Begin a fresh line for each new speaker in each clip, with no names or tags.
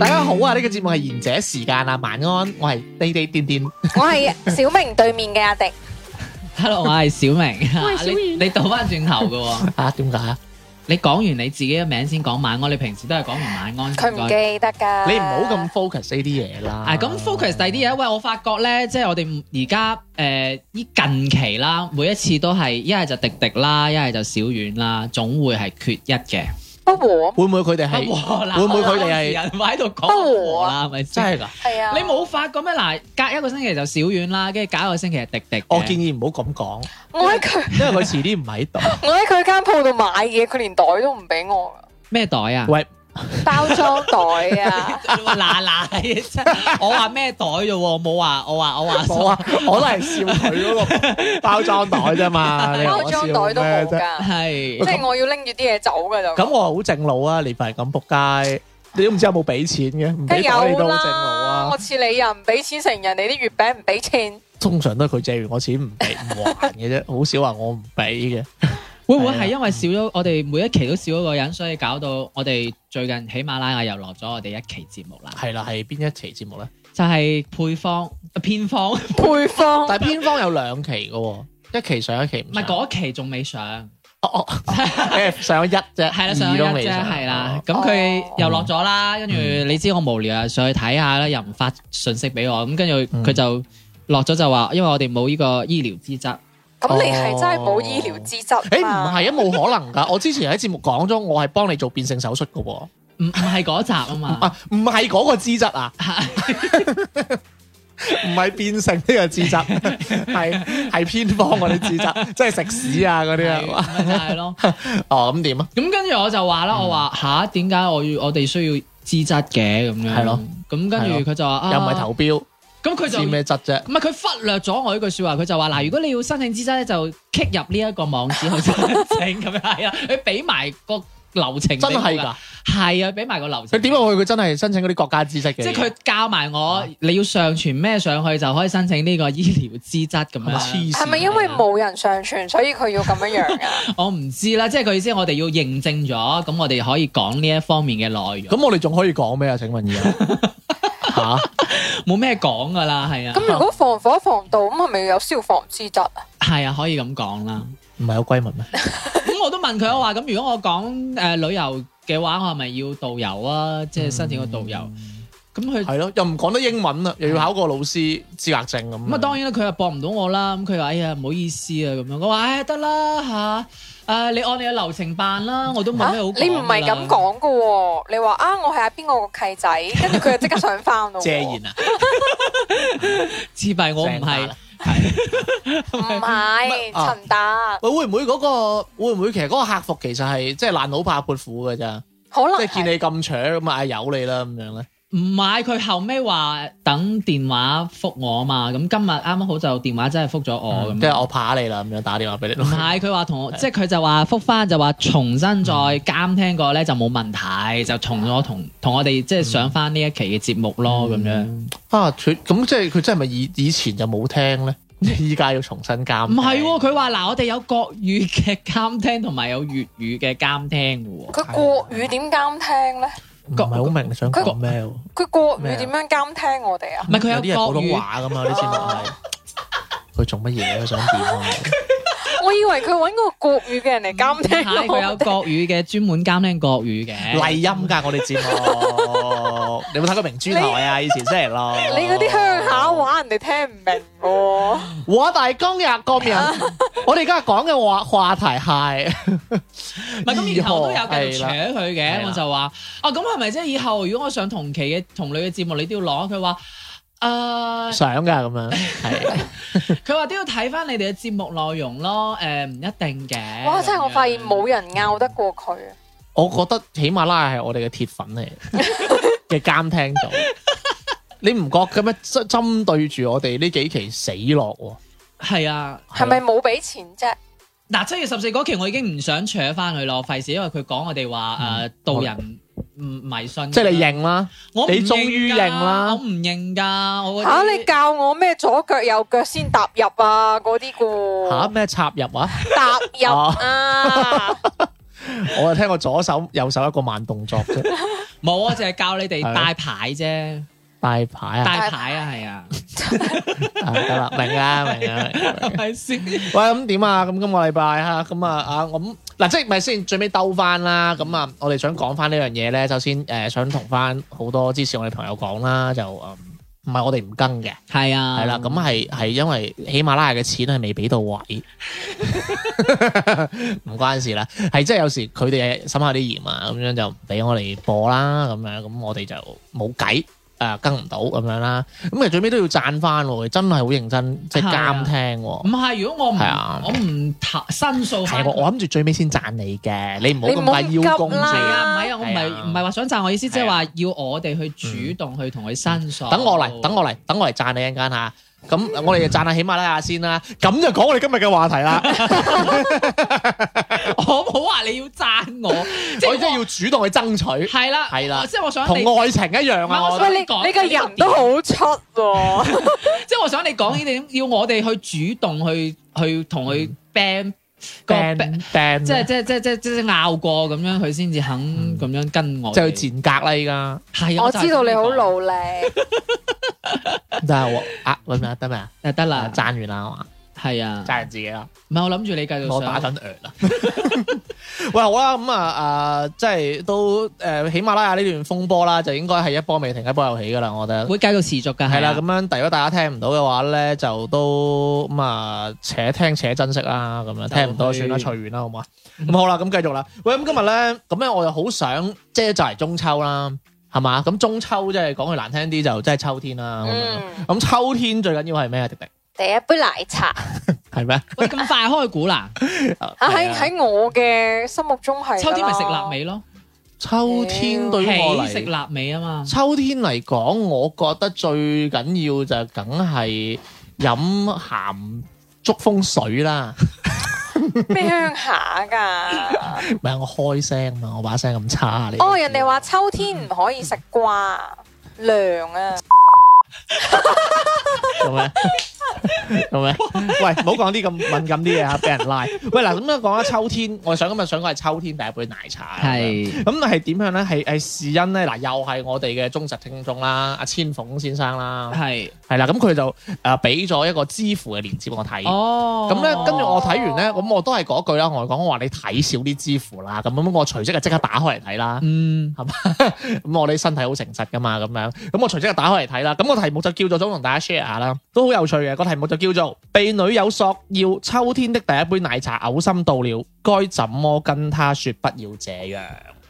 大家好啊！呢、個節目係賢者時間啊，晚安，我係地地電電。
我係小明對面嘅阿迪。
Hello，我係小 明。啊
喂小
你
遠
你倒翻轉頭嘅喎，
啊，點解啊？
你講完你自己嘅名先講晚安，你平時都係講完晚安
佢
先
唔
講。
記得㗎。
你唔好咁 focus 呢啲嘢啦。
啊，咁 focus 第啲嘢，喂，我發覺咧，即係我哋唔而家誒依近期啦，每一次都係一係就迪迪啦，一係就小遠啦，總會係缺一嘅。
不和，
會唔會佢哋係？
哇嗱
會唔會佢哋
當事
係
人喺度講
不和
啦？係咪
真
先
係㗎？
係啊。
你冇發覺咩？嗱，隔一個星期就小遠啦，跟住隔一個星期係迪迪嘅。
我建議唔好咁講，
我喺佢，
因為佢遲啲唔喺度。
我喺佢間鋪度買嘢，佢連袋都唔俾我㗎，
咩袋啊？。
喂，
包裝袋啊
嗱嗱嘢真，我話咩袋啫喎，我冇話我話我話
冇啊， 我都係笑佢嗰個包裝袋啫 嘛。 你話
包
我笑
裝袋都冇
咩啫？
㗎，即
係
係我要拎住啲嘢走㗎就。
咁我好正路啊！你份咁仆街，你都唔知有冇俾錢嘅，唔
梗
俾袋你
有
都好正路
啦，
啊
我！似你又唔俾錢食人哋啲月餅，唔俾錢。
通常都係佢借完我錢唔俾唔還嘅啫，好少話我唔俾嘅。
會唔會
啊
係因為少咗我哋每一期都少咗個人，所以搞到我哋最近喜馬拉雅又落咗我哋一期節目啦？
係啦，係邊一期節目咧？
就係配方偏 方，唔
配方
但係偏方有兩期嘅喎，一期上一期哦唔
係
上
嗰期仲未上，
哦哦，誒上咗一啫，
係啦
二
上一
都未
啫，
上
係啦，
哦嗯
咁佢
哦
又落咗啦，跟住你知我無聊啊，上去睇下啦，又唔發信息俾我，咁跟住
嗯
佢就落咗就話，因為我哋冇呢個醫療資質，
咁
哦
你係真係冇醫療資質
誒唔係
嘛
啊，冇可能㗎！我之前喺節目講咗，我係幫你做變性手術嘅喎，
唔唔係嗰集啊嘛。
啊唔係嗰個資質啊， 唔係變性呢個資質，係係偏方嗰啲資 質，即係食屎啊嗰啲
係
啊，
咪就係咯。
哦咁點啊？
咁跟住我就話啦，
嗯
我話吓點解我要我哋需要資質嘅咁樣？
係咯。
咁跟住佢就話啊，
又唔係投標，
咁佢就
知咩質啫？
唔係佢忽略咗我呢句説話，佢就話嗱，如果你要申請資質咧，就 kick 入呢一個網址去申請咁樣係啊， 佢俾埋個流程
真係
你㗎
㗎，
係啊，俾埋個流程。
佢點解？啊會佢真係申請嗰啲國家知識嘅嘢？
即係佢教埋我，你要上傳咩上去就可以申請呢個醫療資質咁
係咪黐
樣
線。
係咪因為冇人上傳，所以佢要咁樣樣 啊？
我唔知啦，即係佢意思，我哋要認證咗，咁我哋可以講呢一方面嘅內容。
咁我哋仲可以講咩啊？請 問而家嚇
冇咩講噶啦，係啊
咁，如果防火防盜，咁係咪要有消防資 質啊？
係啊，可以咁講啦。
唔係有閨蜜咩？
咁我都問佢，我話咁如果我講誒、呃旅遊嘅話，我係咪要導遊啊？即係申請個導遊。咁佢
係咯，又唔講得英文啦，又要考個老師資格證咁。
咁啊，當然啦，佢又駁唔到我啦。咁佢話：哎呀，唔好意思啊，咁樣。我話：哎，得啦吓，誒、你按你嘅流程辦啦，我都
嚇
冇咩好講㗎啦
你唔係咁講噶喎，你話啊，我係阿邊個個契仔， 跟住佢就即刻想翻咯。
謝賢啊，
自閉我唔
正
係
啊。
唔係
啊
陳達，
喂，會唔會嗰個會唔會其實嗰個客服其實係即係爛佬怕潑婦㗎咋？
可能
即係見
係
你咁搶咁啊，由你啦咁樣咧。
唔係佢後尾話等電話覆我啊嘛。咁今日啱啱好就電話真係覆咗我哦咁樣。
即係我怕你啦咁樣打電話俾你。
唔係，佢話同我，即係嗯佢就話覆翻就話重新再監聽過咧就冇問題，就同我同同我哋即係上翻呢一期嘅節目咯咁樣。
啊，佢咁即係佢真係咪以以前就冇聽咧？ 依家要重新監
唔
聽。
係喎，佢話嗱，我哋有國語嘅監聽同埋有粵語嘅監聽嘅喎。
佢
啊
國語點監聽咧？
唔係好明你想
佢
講咩喎？
佢國
咩
語
啊
點樣監聽我哋啊
唔？係佢
有啲係
有
普
國
通
語，
話噶嘛，啲節目係。 佢做乜嘢？佢想點啊？
我以為佢揾個國語嘅人嚟監聽
係
我
佢有
哋。
國語嘅專門監聽國語 嘅。
麗音㗎，我哋節目。 你有冇睇過明珠台啊？以前星期六。
嗯
你嗰啲鄉下話人哋聽唔明喎。
我大今日個 名，我哋而家講嘅話話題 係
唔係咁，然後我都有繼續扯佢
係啦
嘅，我就話啊，咁係咪即係以後如果我上同期嘅同類嘅節目，你都要攞？佢話誒，
想噶咁樣，係
佢話都要睇翻你哋嘅節目內容咯，誒唔一定嘅。
哇！真係我發現
咁樣
冇人拗得過佢。啊
我覺得喜馬拉雅係我哋嘅鐵粉 嚟嘅監聽到，你唔覺嘅咩？針針對住我哋呢幾期死落喎，
係啊，
係咪冇俾錢啫？
嗱七月十四嗰期我已經唔想扯翻佢咯，費事，因為佢講我哋話誒導人唔迷信。
嗯即係你，認啦，
我唔
你終於
認㗎
認啦
我唔認㗎，我嗰
嚇、
啲
你教我咩左腳右腳先踏入啊？嗰啲噶
吓咩插入啊？
踏入啊！
哦
我就聽過左手右手一個慢動作啫，
冇啊，就係教你哋
係
帶牌啫，
大牌啊，
帶牌啊，係啊，
啊得啦，明啦，明啦。明啦
係咪先？
喂，咁點啊？咁今個禮拜嚇，咁啊啊，我咁嗱，即係咪先最尾兜翻啦？咁啊，我哋想講翻呢樣嘢咧，首先誒、呃想同翻好多支持我哋朋友講啦，就嗯唔係我哋唔更嘅，
係啊，
係啦、
嗯
咁係係因為喜馬拉雅嘅錢係未俾到 位，唔關事啦，係即係有時佢哋審下啲鹽啊，咁樣就唔俾我哋播啦，咁樣咁我哋就冇計。啊，跟唔到咁樣啦，咁其實最尾都要讚翻喎，真係好認真，即係
係啊
監聽喎
唔。係，如果我唔
係啊
我唔投申訴
係啊
翻，
我我諗住最尾先讚你嘅，你唔好
你唔好
咁快邀功住。
咁急
係
啦
啊，唔係啊，我唔
係
係
啊
唔係話想讚我意思，即係話
係
要我哋去主動去同佢申訴。
等我
哦
嚟，等我嚟，等我嚟讚你一陣間吓。咁我哋就讚下喜馬拉雅先啦。咁就講我哋今日嘅話題 啦。
我冇話你要讚 我，即
我真
係
係要主動去爭
我
取，
係啦，
係啦
我即係我想
同
你，
愛情一樣啊！我覺
唔係
得
喂，
你
你
講
你個人都好出喎，
即係我想你講呢點，要我哋去主動去去同佢 ban 個 ban-
嗯 band band
即
即係
係即係即係即係即係拗過咁樣，佢先至
嗯
肯咁樣跟我哋。
即係去賤格啦！依 家
係啊，
我
就
知道你好
老，
努力，
真係我啊，揾唔揾得未啊？
誒得啦
嗱，，讚完啦，係嘛？
係啊，
讚完自己 啦。
唔係我諗住你繼續
我
想
打緊嗝呃啦。 喂，好啦，咁啊啊，即係都誒喜馬拉雅呢段風波啦，就應該係一波未停，一波又起噶啦，我覺得。
會繼續持續㗎，
係啦，
啊
咁樣，但如果大家聽唔到嘅話咧，就都咁啊，且聽且珍惜啦，咁樣
就
聽唔到
去
算啦，隨緣啦，好嘛？咁好啦，咁繼續啦。喂，咁今日咧，咁咧我又好想，即係就嚟中秋啦，係嘛？咁中秋即係講句難聽啲，就即係秋天啦。咁樣
嗯，
咁秋天最緊要係咩啊？迪迪
第一杯奶茶
係咩？
喂咁快開估啦，
啊喺喺我嘅心目中係㗎啦
秋天咪食臘 味咯，
秋天對於我
起食
嚟，
臘味 啊嘛，
秋天嚟講，我覺得最緊要就梗係飲鹹竹風水啦。
咩鄉下㗎？
唔係我開聲嘛，我把聲咁差你。
哦，人哋話秋天唔可以食瓜，涼啊！
做咩？做咩？喂，唔好講啲咁敏感啲嘢啊嚇，俾人拉。喂，嗱咁樣講啦，秋天，我想今日想講係秋天第一杯奶茶。。啊
係
咁係點樣咧？係係事因咧嗱，又係我哋嘅忠實聽眾啦，阿千鳳先生啦，
係
係啦，咁佢就誒俾咗一個支付嘅鏈接我睇。
哦，
咁咧，跟住我睇完咧，咁我都係嗰句啦，我係講我話你睇少啲支付啦，咁咁我隨即就即刻打開嚟睇啦。
嗯
咁我哋身體好誠實噶嘛，咁樣，咁我隨即就打開嚟睇啦。咁、個題目就叫做想同大家 share 下啦，都好有趣嘅。個題目就叫做被女友索要秋天的第一杯奶茶，嘔心到了，該怎麼跟她說不要這樣？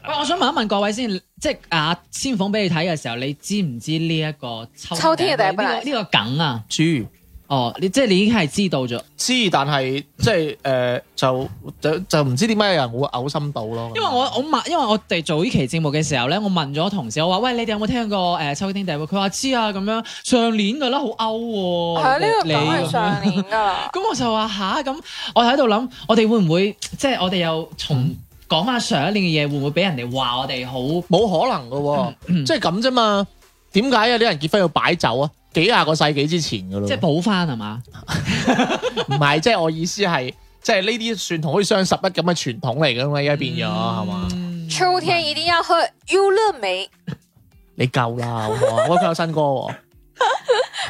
喂，我想問一問各位先，即係啊，千鳳俾你睇嘅時候，你知唔知呢一個秋
秋天嘅第一杯
呢
奶
個呢個梗啊？
豬
哦，你即係你已經係知道咗，
知，但係即係誒、呃就就就唔知點解有人會嘔心到咯。
因為我我問，因為我哋做呢期節目嘅時候咧，我問咗同事，我話喂，你哋有冇聽過誒、呃秋天第一杯？佢話知啊，咁樣上年㗎啦，好歐喎。
係啊，呢個
哦你
梗係
咁樣
上年㗎 啦。
咁我就話吓，咁我喺度諗，我哋會唔會即係我哋又
嗯
從講翻上一年嘅嘢，會唔會俾人哋話我哋好？
冇可能噶、喎，即係咁啫嘛。點解啊？啲人結婚要擺酒啊？幾廿個世紀之前噶咯
即係。補翻係嘛？
唔係，即係我意思係，即係呢啲算同好似雙十一咁嘅傳統嚟噶嘛，而家變咗係嘛？
嗯
秋天一定要喝優樂美，
你夠啦，好唔好啊？喂，佢有新歌喎，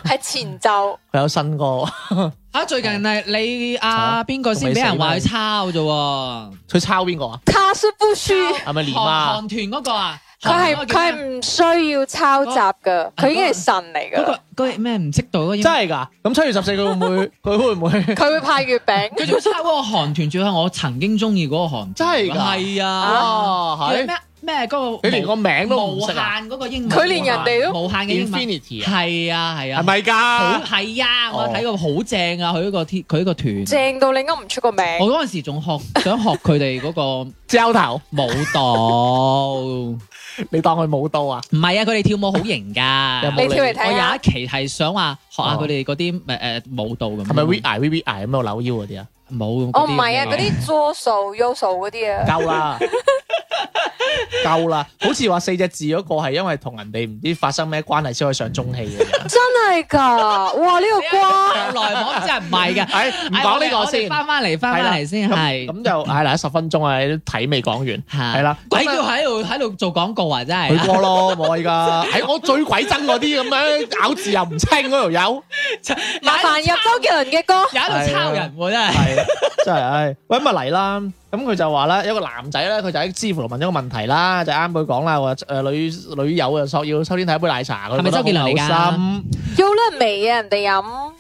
係 前奏。
佢有新歌喎，
啊！最近係你啊
啊
邊個先俾人話佢抄啫喎？
佢抄邊個啊？
他是不需，
係咪連
韓
啊？
韓團嗰個啊？
佢
韓
係
團嗰個叫
佢係
咩
唔需要抄襲㗎，佢已經係神嚟㗎
嗰
啦。
個嗰個咩唔識讀嗰個英
真
文？
係㗎？咁七月十四佢會唔會？佢會唔 會？
佢會派月餅，
佢仲抄嗰個韓團，仲係我曾經中意嗰個韓團。
真係㗎
係啊！
哇，
叫
係
咩咩嗰個
你連個名都
無
唔
無
識
限
啊
嗰個英文，
佢連人哋都
無限嘅英文，
？Infinity 啊，
係啊係啊，
係咪
好
㗎？
係啊！我
哦
睇過好正啊，佢嗰個天佢嗰個團，
正到你噏唔出個名。
我嗰陣時仲學想學佢哋嗰個
焦頭，
舞蹈。
你當佢冇刀啊？
唔係啊，佢哋跳舞好型㗎。
有
冇你跳嚟睇下
我有一期係想話學下佢哋嗰啲誒誒舞蹈咁樣。
係咪 V I V V I 咁樣扭腰嗰啲啊？
冇？嗰
哦，
啲
唔係啊，
冇
嗰啲左手右手嗰 啲啊，
夠啦，夠啦。好似話四隻字嗰個係因為同人哋唔知發生咩關係先可以上中戲嘅。
真係㗎！哇，呢個瓜
後來網真係唔係㗎。
唉，哎唔講呢個
哎我哋
先。
翻翻嚟，翻翻嚟先
咁
係
咁就唉嗱，十分鐘啊，你都睇未講完。
係
係啦
鬼
咁啊
叫喺度喺度做廣告啊！真係
佢歌咯，冇啊 依家。唉，我最鬼憎嗰啲咁樣咬字又唔清嗰條友，
麻煩入周杰倫嘅 歌。
又喺度抄人喎，真係。
係真係唉。喂，咁啊嚟啦。咁佢就話啦，有個男仔咧，佢就喺知乎度問咗個問題啦，就啱佢講啦，話誒女女友啊索要秋天睇一杯奶茶，佢
係咪周杰倫嚟㗎
覺得好嘔心
有啦未啊？人哋飲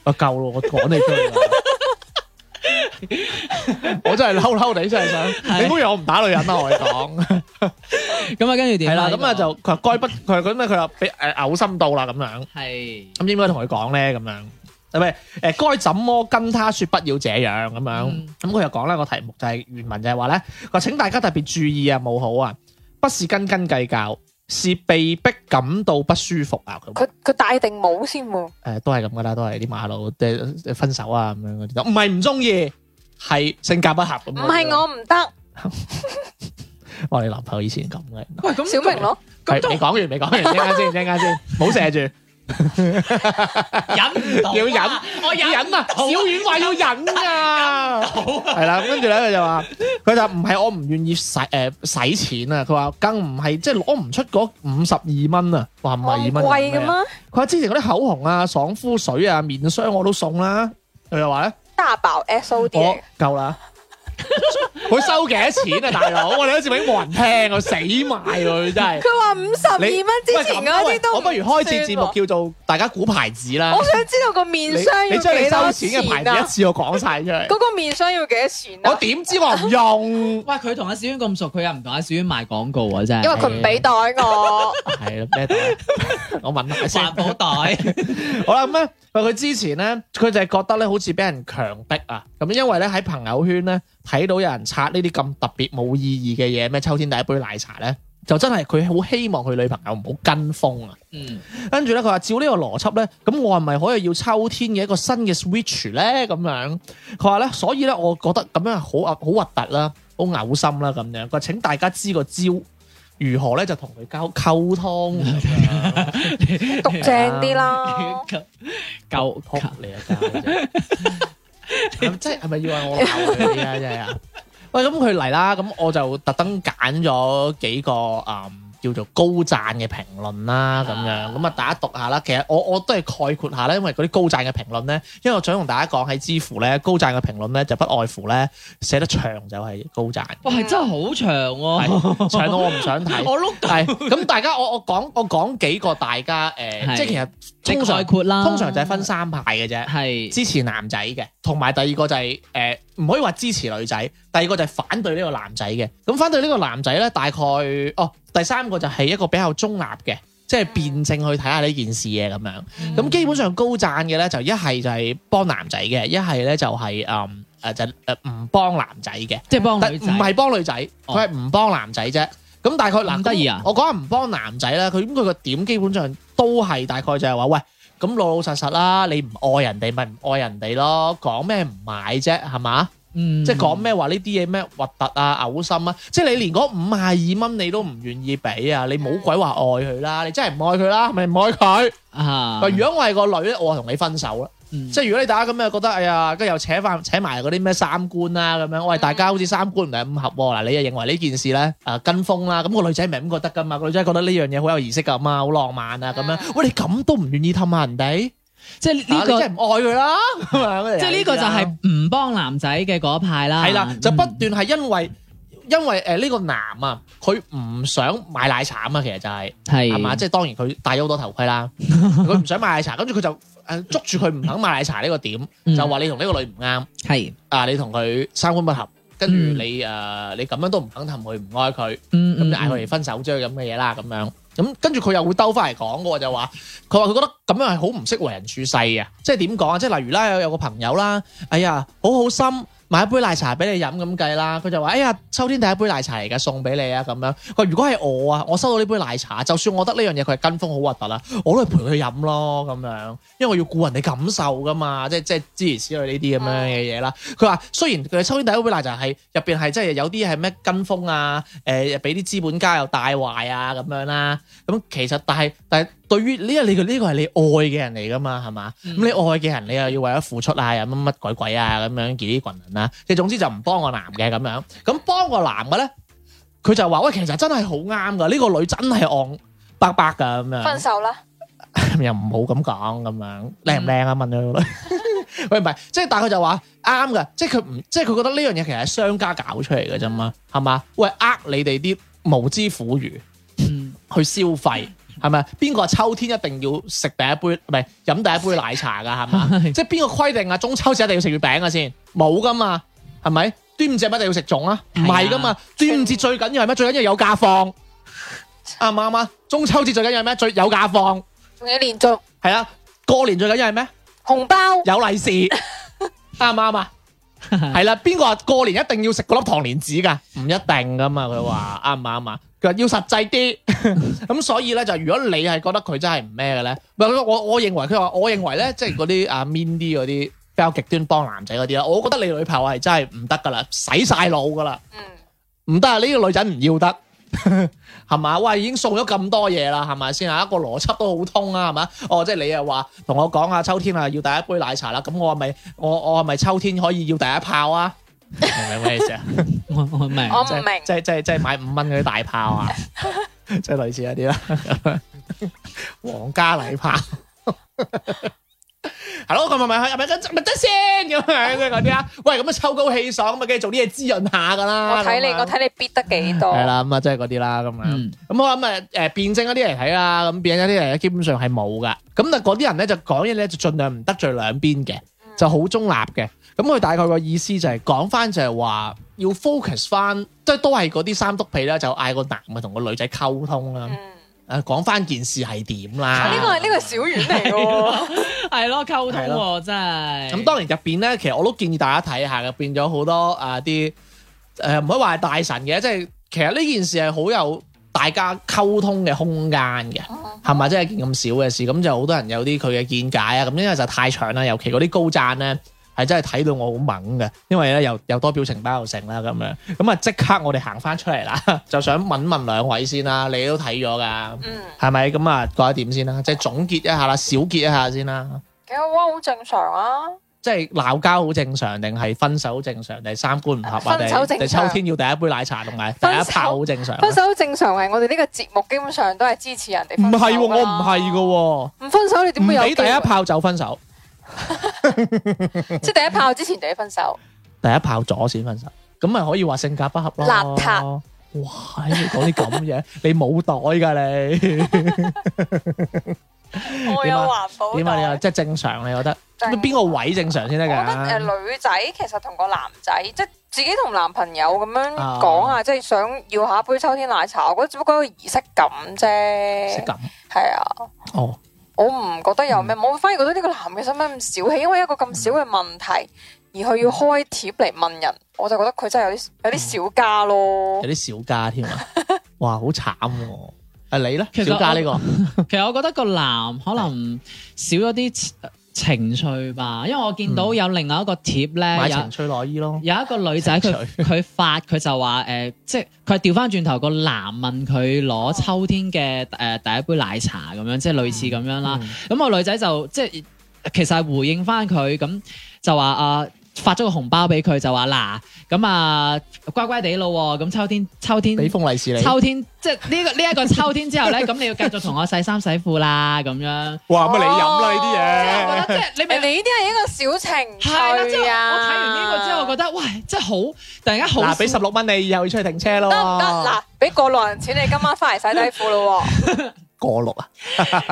啊夠咯，我趕你出去啦！我真係嬲嬲地，真係想你唔好以為我唔打女人啦，我哋講
咁啊，跟住點
係
啊
啦，
呢
咁
個
啊就佢話該不佢咁咧，佢話俾誒嘔心到啦咁樣，
係
咁應該同佢講咧咁樣，係咪誒該怎麼跟他說不要這樣咁樣？咁佢又講啦個題目就係原文就係話咧，佢話請大家特別注意啊，冇好啊，不是斤斤計較，是被逼感到不舒服啊！佢話
佢佢戴定帽先喎，
誒、都係咁噶啦，都係啲馬路即係分手啊咁樣嗰啲就，唔係唔中意，係性格不合咁。
唔係，我唔得，
我哋男朋友以前咁 嘅。
喂咁
小明咯，
咁
係你講完未？講完，聽下先，聽下先，唔好射住，
忍唔到 啊，
要忍
我
要
忍
忍啊！小遠話要忍啊，係啦，跟住咧佢就話，佢就唔係我唔願意使誒使錢啊，佢話更唔係即係攞唔出嗰五十二蚊啊，話唔係
咁
二蚊
貴嘅
啊？
咩？
佢話之前嗰啲口紅啊、爽膚水啊、面霜我都送啦，佢又話咧。
大爆 S O D 嚟
啊我
嘅，
夠啦。佢收幾多錢啊，大佬？我哋好似俾冇人聽，我死埋佢真係。
佢話五十二蚊之前嗰啲都
我不如開
始
始節目叫做大家估牌子啦
我。想知道個
你
面霜
你
要
將你
幾
收
多
錢嘅牌
錢
子一
啊？
次我講晒出嚟。
嗰個面霜要幾多錢
我
啊？
點知我唔用？
喂佢同阿小娟咁熟，佢又唔同阿小娟賣廣告啊！真係
因為佢唔俾袋 我，
係啦，咩袋？我問下先
環。保袋，
好啦，咁咧，佢佢之前咧，佢就係覺得咧，好似俾人強迫啊。咁因為咧喺朋友圈咧睇到有人刷呢啲咁特別冇意義嘅嘢，咩秋天第一杯奶茶咧，就真係佢好希望佢女朋友唔好跟風啊。
嗯，
跟住咧，佢話照呢個邏輯咧，咁我係咪可以要秋天嘅一個新嘅 switch 咧？咁樣佢話咧，所以咧，我覺得咁樣係好惡好核突啦，好嘔心啦咁樣。佢話請大家知個招，如何咧就同佢交溝通咁樣。
讀正 啲啦。
夠
撲你啊！交啫 咁即係係咪要嗌我鬧佢啊？真係啊！喂，咁佢嚟啦，咁我就特登揀咗幾個嗯叫做高讚嘅評論啦，咁樣咁啊，大家讀下啦。其實我我都係概括下咧，因為嗰啲高讚嘅評論咧，因為我想同大家講喺知乎咧，高讚嘅評論咧就不外乎咧寫得長就係高 讚，
哇，係真係好長喎，
係長到我唔想睇。
我碌
係咁，大家我我講我講幾個大家誒，
係
即係其實
你
通
概
常
括啦，
通常就係分三派嘅啫。
係
支持男仔嘅，同埋第二個就係誒唔可以話支持女仔，第二個就係反對呢個男仔嘅。咁反對呢個男仔咧，大概哦第三個就係一個比較中立嘅，即係辯證去睇下呢件事嘅咁樣。
嗯
咁基本上高贊嘅咧，就一係就係幫男仔嘅，一係咧就係誒誒就誒呃唔幫男仔嘅，
即係幫
但
女
唔
仔，
係幫女仔，
哦
佢係唔幫男仔啫。咁大概嗱，
咁得意啊
我講唔幫男仔咧，佢咁佢個點基本上都係大概就係話喂。咁老老實實啦，你唔愛人哋咪唔愛人哋咯，講咩唔買啫，係嘛？
嗯
即係講咩話呢啲嘢咩核突啊、嘔心啊，即係你連嗰五廿二蚊你都唔願意俾啊，你冇鬼話愛佢啦，你真係唔愛佢啦，咪唔愛佢。
啊
嗱，如果我係個女咧，我同你分手啦。
嗯
即係如果你大家咁樣覺得，哎呀，跟住又扯翻扯埋嗰啲咩三觀啦咁
嗯
樣，喂，大家好似三觀唔係咁合喎。嗱，你又認為呢件事咧，誒、跟風啦，咁、個女仔唔係咁覺得噶嘛，個女仔覺得呢樣嘢好有儀式感啊，好浪漫啊咁樣。喂，你咁都唔願意氹下人哋，
即係
啊
呢個
你。真係唔愛佢啦，咁啊
即係呢個就係唔幫男仔嘅嗰一派啦。
係啦，就不
嗯
斷係因為。因為誒呢個男啊，佢唔想買奶茶啊嘛，其實就係、
係
係嘛？即係當然佢戴咗好多頭盔 啦，佢唔想買奶茶，跟住佢就誒捉住佢唔肯買奶茶呢個點，
嗯
就話你同呢個女唔啱
係
啊，你同佢三觀不合，跟住
嗯
你誒你咁樣都唔肯氹佢，唔愛佢，
嗯
咁就嗌佢哋分手啫咁嘅嘢啦，咁樣。咁跟住佢又會兜翻嚟講嘅喎，就話佢話佢覺得咁樣係好唔識為人處世嘅，即係點講啊？即係例如啦，有有個朋友啦，哎呀，好好心買一杯奶茶俾你飲咁計啦，佢就話：哎呀，秋天第一杯奶茶嚟嘅，送俾你啊咁樣。佢話如果係我啊，我收到呢杯奶茶，就算我覺得呢樣嘢佢係跟風好核突啦，我都係陪佢飲咯咁樣，因為我要顧人哋感受噶嘛，即係即係諸如此類呢啲咁樣嘅嘢啦。佢話雖然佢秋天第一杯奶茶係入邊係即係有啲係咩跟風啊，誒俾啲資本家又帶壞啊咁樣啦，咁其實但係但係對於呢個你個呢個係你愛嘅人嚟噶嘛，係嘛？咁、你愛嘅人你又要為咗付出啊，又乜乜鬼鬼啊咁樣幾啲群人啦，即係總之就唔幫個男嘅咁樣，咁幫個男嘅咧，佢就話喂其實真係好啱噶，呢、個女真係戇白白噶咁樣
分。手啦，
又唔好咁講咁樣，靚唔靚啊？問佢個 女，喂唔係，即係但係佢就話啱嘅，即係佢唔，即係佢覺得呢樣嘢其實係商家搞出嚟嘅啫嘛，係嘛？喂，呃你哋啲無知苦魚
嗯
去消費。係咪？邊個秋天一定要食第一杯，唔係飲第一杯奶茶㗎？係 嘛？
係
即係邊個規定啊？中秋節一定要食月餅啊先？冇㗎嘛？係咪？端午節咪一定要食粽啊？唔係㗎嘛？端午節最緊要係咩？最緊要有假放，啱唔啱啊？中秋節最緊要係咩？最有假放。
仲要連續
系啊，過年最緊要係咩？
紅 包。
有利是，啱唔啱啊？係啦，邊個話過年一定要食嗰粒糖蓮子㗎？唔一定㗎嘛，佢話啱唔啱啊？佢話要實際啲，咁所以咧就如果你係覺得佢真係唔咩嘅咧，唔係我我認為佢話我認為咧，即係嗰啲啊 mean 啲嗰啲比較極端幫男仔嗰啲咧，我覺得你女朋友係真係唔得㗎啦，洗晒腦㗎啦。
嗯，
唔得啊！呢、個女仔唔要得，係嘛？喂，已經送咗咁多嘢啦，係咪先啊？一個邏輯都好通啊，係嘛？哦，即係你又話同我講啊，秋天啊要第一杯奶茶啦，咁我係咪我我係咪秋天可以要第一炮啊？明唔明咩意思啊？
嗯我我明，
我
即
唔
係
明
即。係即係即係買五蚊嗰啲大炮 啊，即係類似嗰啲啦， 皇家禮炮。 係咯，咁咪咪咪咪咪得先咁樣即係嗰啲啊！喂，咁啊秋高氣爽，咁啊梗係做啲嘢滋潤下噶啦。
我睇你，
咁樣
我睇你必得幾多？
係啦，咁啊，即係嗰啲啦，咁樣。
嗯
咁好啦，咁啊，誒辯證嗰啲嚟睇啦，咁辯證嗰啲嚟睇，基本上係冇噶。咁但係嗰啲人咧就講嘢咧就盡量唔得罪兩邊嘅，就好中立嘅。咁佢大概個意思就係講翻就係話要 focus 翻，即係都係嗰啲三督屁啦，就嗌個男嘅同個女仔溝通啦，
嗯，
誒講翻件事係點啦。
啊呢個係呢個係小丸嚟嘅喎，
係咯，溝通
係
喎真係。
咁當然入邊咧，其實我都建議大家睇下嘅，變咗好多啊啲誒唔可以話係大神嘅，即係其實呢件事係好有大家溝通嘅空間嘅，係咪？即係一件咁少嘅事，咁就好多人有啲佢嘅見解啊。咁因為就太長啦，尤其嗰啲高讚咧。係真係睇到我好猛嘅，因為咧又又多表情包又成啦咁樣，咁啊即刻我哋行翻出嚟啦， 就想問問兩位先啦，你都睇咗㗎，
嗯，
係咪？咁啊覺得點先啦？即係總結一下啦，小結一下先啦。
幾好啊，好正常啊。
即係鬧交好正常，定係分手正常，定係三觀唔合啊？
分手
定定
正常
秋天要第一杯奶茶同埋第一炮好正常啊？
分手正常係我哋呢個節目基本上都係支持人哋
唔
分手
係喎，
㗎啦
我唔係嘅喎，
唔分手你點
唔
會有
俾
機
第
會？
一炮就分手，
即係第一炮之前就要分手。
第一炮咗先分手，咁咪可以話性格不合咯。
邋遢
哇！你講啲咁 嘢，你冇袋㗎你
我有環保
點啊？你話
袋。
即係正常，你覺得
正
邊個位正常先得
我覺得誒
㗎？
女仔其實同個男仔，即係自己同男朋友咁樣
啊
講啊，即係想要下一杯秋天奶茶，我覺得只不過一個儀式感
識
啫。
咁
係啊，
哦，
我唔覺得有咩，
嗯
我反而覺得呢個男嘅使乜咁小氣，因為一個咁小嘅問題，而佢要開貼嚟問人，我就覺得佢真係有啲有啲小家咯
有。啲小家添 啊！哇，好慘喎！啊你咧，
其實
小家
我
呢個
其實我覺得個男可能少咗啲情呃情趣吧，因為我見到有另外一個貼
嗯買
咧，有
情趣內衣咯。
有一個 女仔佢
情
佢發佢就話誒、呃即係佢係調翻轉頭個男問佢攞秋天嘅誒、呃第一杯奶茶咁樣，即係類似咁樣啦。
嗯
咁、個女仔就即係其實係回應翻佢，咁就話啊。發咗個紅包俾佢就話嗱咁啊乖乖地咯喎，咁秋天秋天
俾封利是你。
秋天即係呢個呢一個秋天之後咧，咁你要繼續同我洗衫洗褲啦，咁樣。
哇
乜你飲啦呢啲嘢
我覺得即係你
你
明
呢啲係一個小情趣
係啦，即係我
啊！
睇完呢個之後，我覺得喂，真係好突然間好
嗱，俾十六蚊你，以後要出去停車咯。
得唔得？嗱，俾過路人錢你今晚翻嚟洗底褲咯喎。
過六啊，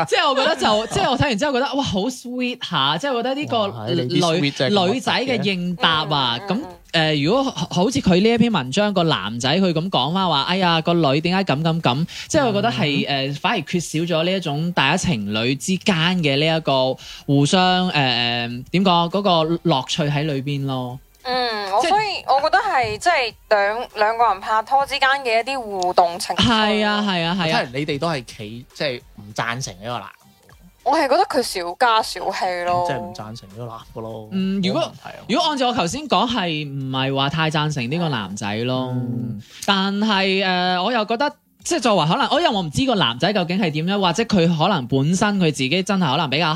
即係我覺得就， 即係我睇完之後覺得，哇，好 sweet 下，即係覺得呢
哇你啲 sweet 真係咁
個女
核突嘅
女仔嘅應答啊，
嗯
咁
嗯
誒，如果好似佢呢一篇文章個男仔佢咁講翻話，哎呀個女點解咁咁咁，即係我覺得係
嗯
誒，反而缺少咗呢一種大家情侶之間嘅呢一個互相誒誒點講嗰個樂趣喺裏邊
哦
咯。
嗯，我
即係
所以我覺得係即係兩兩個人拍拖之間嘅一啲互動情緒。
係啊，係啊係
睇
啊，
嚟你哋都係企即係唔贊成呢個男，
我係覺得佢小家小氣
哦
咯。
即係唔贊成呢個男嘅咯。
嗯如果
冇問題啊
如果按照我頭先講係唔係話太贊成呢個男仔咯，
嗯
但係誒、呃我又覺得。即係作為可能，我因為我唔知個男仔究竟係點樣，或者佢可能本身佢自己真係可能比較慳，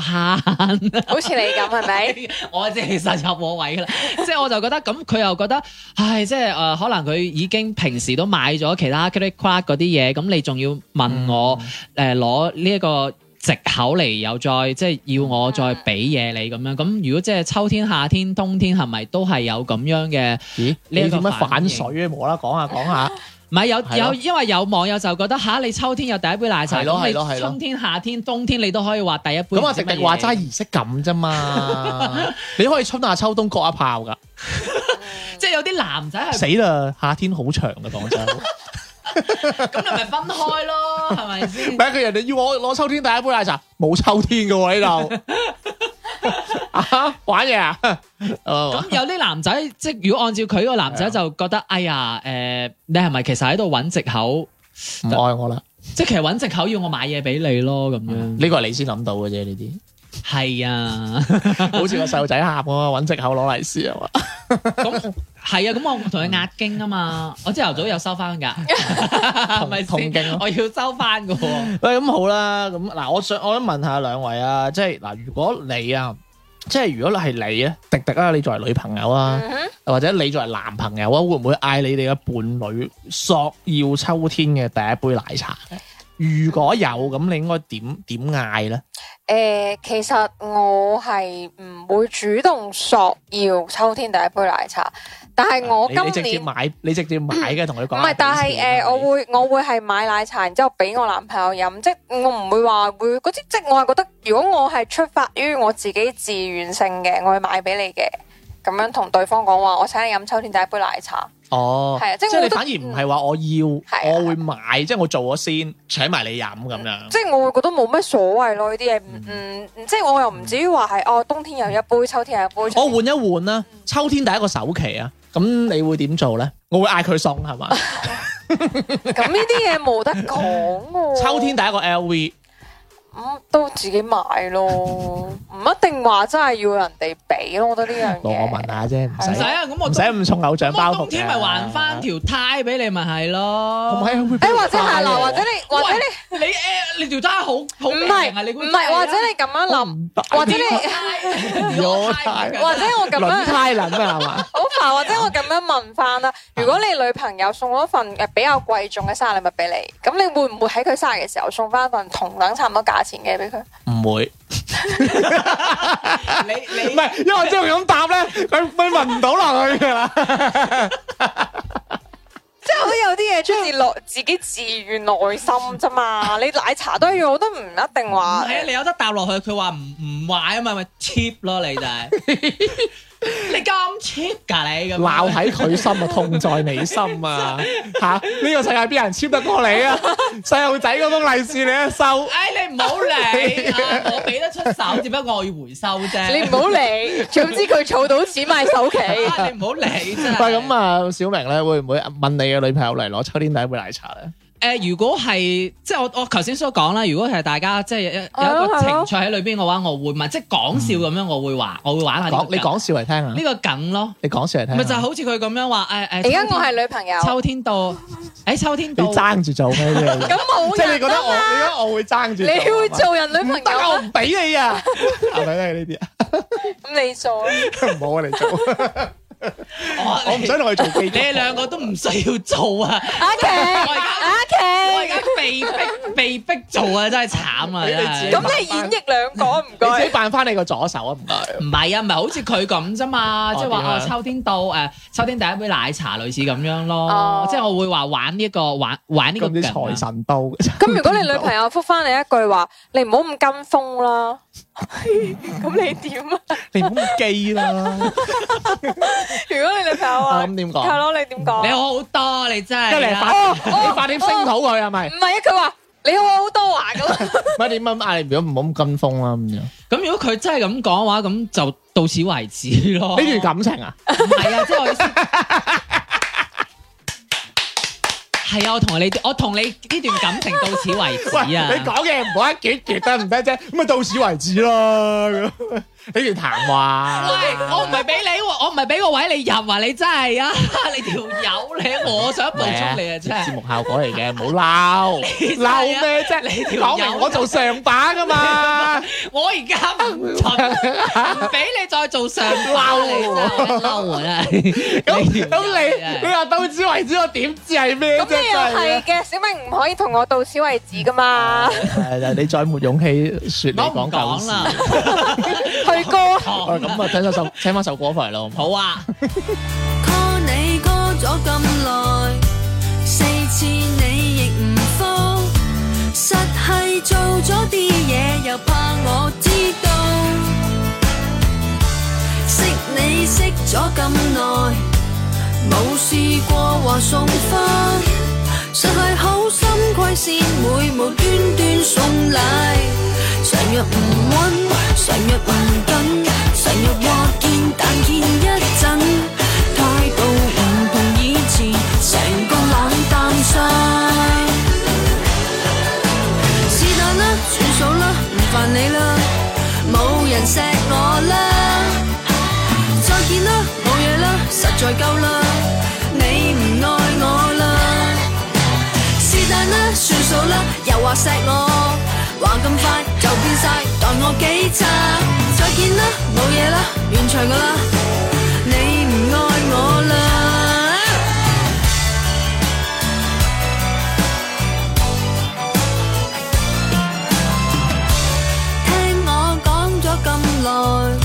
好似你咁係咪？
我即係實入我位㗎啦。 即係我就覺得咁，佢又覺得，唉，即係誒、呃可能佢已經平時都買咗其他 c r e d i t card 嗰啲嘢，咁你仲要
嗯
問我誒攞呢一個藉口嚟又再即係要
嗯
我再俾嘢你咁樣？咁如果即係秋天、夏天、冬天係咪都係有咁樣嘅？
咦？
呢一
你
個
點樣
反
反
應
水啊？無啦啦講下講下，
唔係有
係咯
有，因為有網友就覺得吓、你秋天有第一杯奶茶，
係咯係
咁
咯
你
係咯
春天、夏天、冬天你都可以話第一杯。
咁啊，
唔知
迪
乜嘢
迪話齋儀式感啫嘛，你可以春夏秋冬各一炮㗎。
即係有啲男仔係
死啦！夏天好長嘅講真，唔
咁，你咪分開咯，係咪先？
係佢人哋要我攞秋天第一杯奶茶，冇秋天嘅喎呢度。啊玩嘢啊！
咁
咁
有啲男仔，即係如果按照佢個男
啊
仔就覺得，哎呀，誒、你係咪其實喺度揾藉口？
唔愛我啦，
即係其實揾藉口要我買嘢俾你咯，咁樣。
嗯呢個係你先諗到嘅啫，呢
係啊，
啲 好似個細路仔喊咁啊，揾藉口攞利是啊嘛。
咁係啊，咁我同佢壓驚啊嘛，我朝頭早有收翻 㗎，係咪
痛經
先
咯？
我要收翻㗎喎。
喂，咁好啦，咁嗱，我想我想問下兩位啊，即係嗱，如果你啊，即係如果係你啊，迪迪啊，你作為女朋友啊，
嗯哼
或者你作為男朋友啊，會唔會嗌你哋嘅伴侶索要秋天嘅第一杯奶茶咧？如果有咁，你應該點點嗌咧？
誒，其實我係唔會主動索要秋天第一杯奶茶，但係我
啊你你直
今
接
年。
買，你直接買嘅，同佢
唔
講。
係，但係誒、呃
啊
我會我會係買奶茶，然之後俾我男朋友飲，即係我唔會話會嗰啲，即係我係覺得，如果我係出發於我自己自願性嘅，我會買俾你嘅，咁樣同對方講話，我請你飲秋天第一杯奶茶，
哦，
係啊即係
即係
我
你
覺得
反而唔係話我
係啊
要，我會買，即係我做咗先，請埋你飲咁樣。
即係我會覺得冇乜所謂咯，呢啲嘢，唔
嗯
唔即係我又唔至於話係哦，冬天有一杯，秋天有一杯，
我換一換啦，秋天第一個首期啊，咁你會點做咧？我會嗌佢送係嘛？
咁呢啲嘢冇得講 喎。
秋天第一個 LV，
咁都自己買咯，唔一定話真係要人哋俾咯，我覺得呢樣嘢。
我問下啫，唔
唔使
使
啊，咁我
唔使咁重偶像包
咁
袱嘅。啊
我冬天咪還翻條呔俾你咪係咯。
唔係啊會俾
誒，
人
或者
拉
係 嗱，
喎
或者你，或者你。
你誒你條呔好好
唔
平
係
啊！你
唔係，或者你咁樣諗，或者
你
你
我呔
或者我咁
輪
樣
胎輪啊，係嘛？
好煩，或者我咁樣問翻啦。如果你女朋友送咗份誒比較貴重嘅生日禮物俾你，咁你會唔會喺佢生日嘅時候送翻份同等差唔多價錢嘅俾佢？
唔會，
啊你你
唔係，因為我知道佢咁答咧，佢佢聞唔到落去㗎啦。
即係好似有啲嘢出自內自己自願內心啫嘛。你奶茶都一樣，我都唔一定話
係啊，你有得搭落去，佢話唔唔壞啊嘛，咪 cheap 咯，你就 係你咁 cheap 㗎你咁樣
鬧喺佢心啊，痛在你心啊！吓，呢個世界邊有人簽得過你啊？細路仔嗰封利是你一收，
唉，你唔好 理啊，我俾得出手，只不過我要回收啫。
你唔好理，總之佢儲到錢買首期。
啊你唔好理真係。
喂咁啊，小明咧會唔會問你嘅女朋友嚟攞秋天第一杯奶茶咧？
誒，如果係即係我我頭先所講啦，如果係大家即係有有一
係
個
咯係咯
情趣喺裏邊嘅話，我會問，即係講笑咁樣，我會話，我會玩下呢個
講
梗。
你講笑嚟聽啊
呢！個梗咯，
你講笑嚟聽啊。
咪就係好似佢咁樣話誒誒。
而家
秋天
我係女朋友，
秋天到，誒秋天
你
到，
爭住做咩啫？
咁冇
即係你
人
覺得
啊
我，你覺
嘛。
得我會爭住？
你會？做人女朋
得
友
啊！我
咩？
唔俾你啊！係咪都係呢啲啊？
咁你做啊。
唔好啊！你做。
我
我唔想同佢做
你
基督徒
哋兩個都唔需要做啊！
阿 琪，阿
我而
琪，
家被逼被逼做啊，真係慘啊！
你哋
真
自
係
己
咁你演繹兩個唔
你自
該
己。扮翻你個左手啊，唔該。
唔係啊，唔係好似佢咁啫嘛，即係話
點啊
哦，秋天到誒，秋天第一杯奶茶類似咁樣咯
哦，
即係我會話玩呢個玩玩呢個
咁啲
勁啊
財神到，
咁如果你女朋友覆翻你一句話，你唔好咁跟風啦， 咁你點啊？
你唔好咁基啦。
如果你女朋 友
啊
話
咁，點
係
講？
咯，你點講
你？好好多，你真
因為
係
你係
啊。
發，
哦
你發點聲討佢係咪？
唔係啊，佢話你好啊好多話咁，
唔係你咁嗌你，如果唔好咁跟風啦咁樣。
咁如果佢真係咁講嘅話，咁就到此為止 咯。
呢段感情啊，
唔係啊，即係我 意思。係啊，我同你，我同你呢段感情到此為
喂，
止啊。
你講嘅唔好一橛橛得唔得啫？咁咪到此為止咯。咁呢段談話，
喂，我唔係俾你喎，我唔係俾個位你入啊！你真係 啊，你條友你，我想補充你啊，真
節
係。
目效果嚟嘅，唔好鬧，鬧咩啫？
你條
講
友
明我做上把噶嘛，
我而家唔準，唔俾你再做上包你真係嬲啊！真係。
咁
你條友
咁你你話到此為止，我點知係哦咩
咁
啫？
你又係嘅，小明唔可以同我到此為止噶嘛，
係你再沒勇氣説你
我唔
講舊
講
事。
啦，
去歌。
哦咁啊，聽首首聽翻首歌翻嚟咯，好唔好？
好啊。
call 你 call 咗咁耐，四次你亦唔覆，實係做咗啲嘢又怕我知道。識你識咗咁耐，冇試過話送花，實係好心虧先會無端端送禮。常若唔穩，常若唔緊，常若話見但見一陣，態度唔同以前，成個冷淡晒。是但啦，算數啦，唔煩你啦，冇人錫我啦。再見啦，冇嘢啦，實在夠啦，你唔愛我啦，是但啦，算數啦，又話錫我，話咁快就變晒，待我幾差，再見啦，冇嘢啦，完場噶啦，你唔愛我啦。聽我講咗咁耐，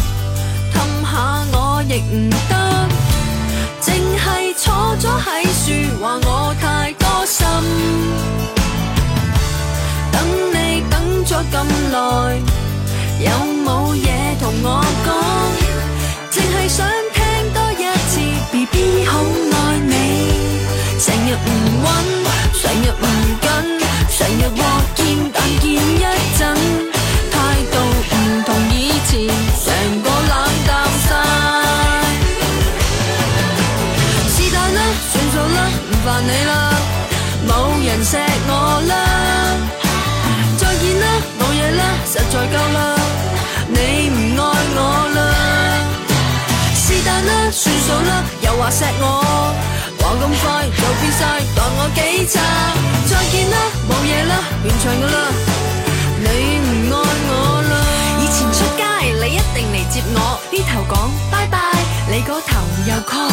氹下我亦唔得，淨係坐咗喺樹話我太多心。等你等咗咁耐，有冇嘢同我講？淨係想聽多一次，BB 好愛你。成日唔穩，成日唔緊，成日話見但見一陣，態度唔同以前，成個冷淡晒。是但啦，算數啦，唔煩你啦，冇人錫我啦。再見啦，冇嘢啦，實在夠啦，你唔愛我啦。是但啦，算數啦，又話錫我，話咁快又變晒，待我幾差。再見啦，冇嘢啦，完場噶啦，你唔愛我啦。以前出街你一定嚟接我，呢頭講拜拜，你嗰頭又 call。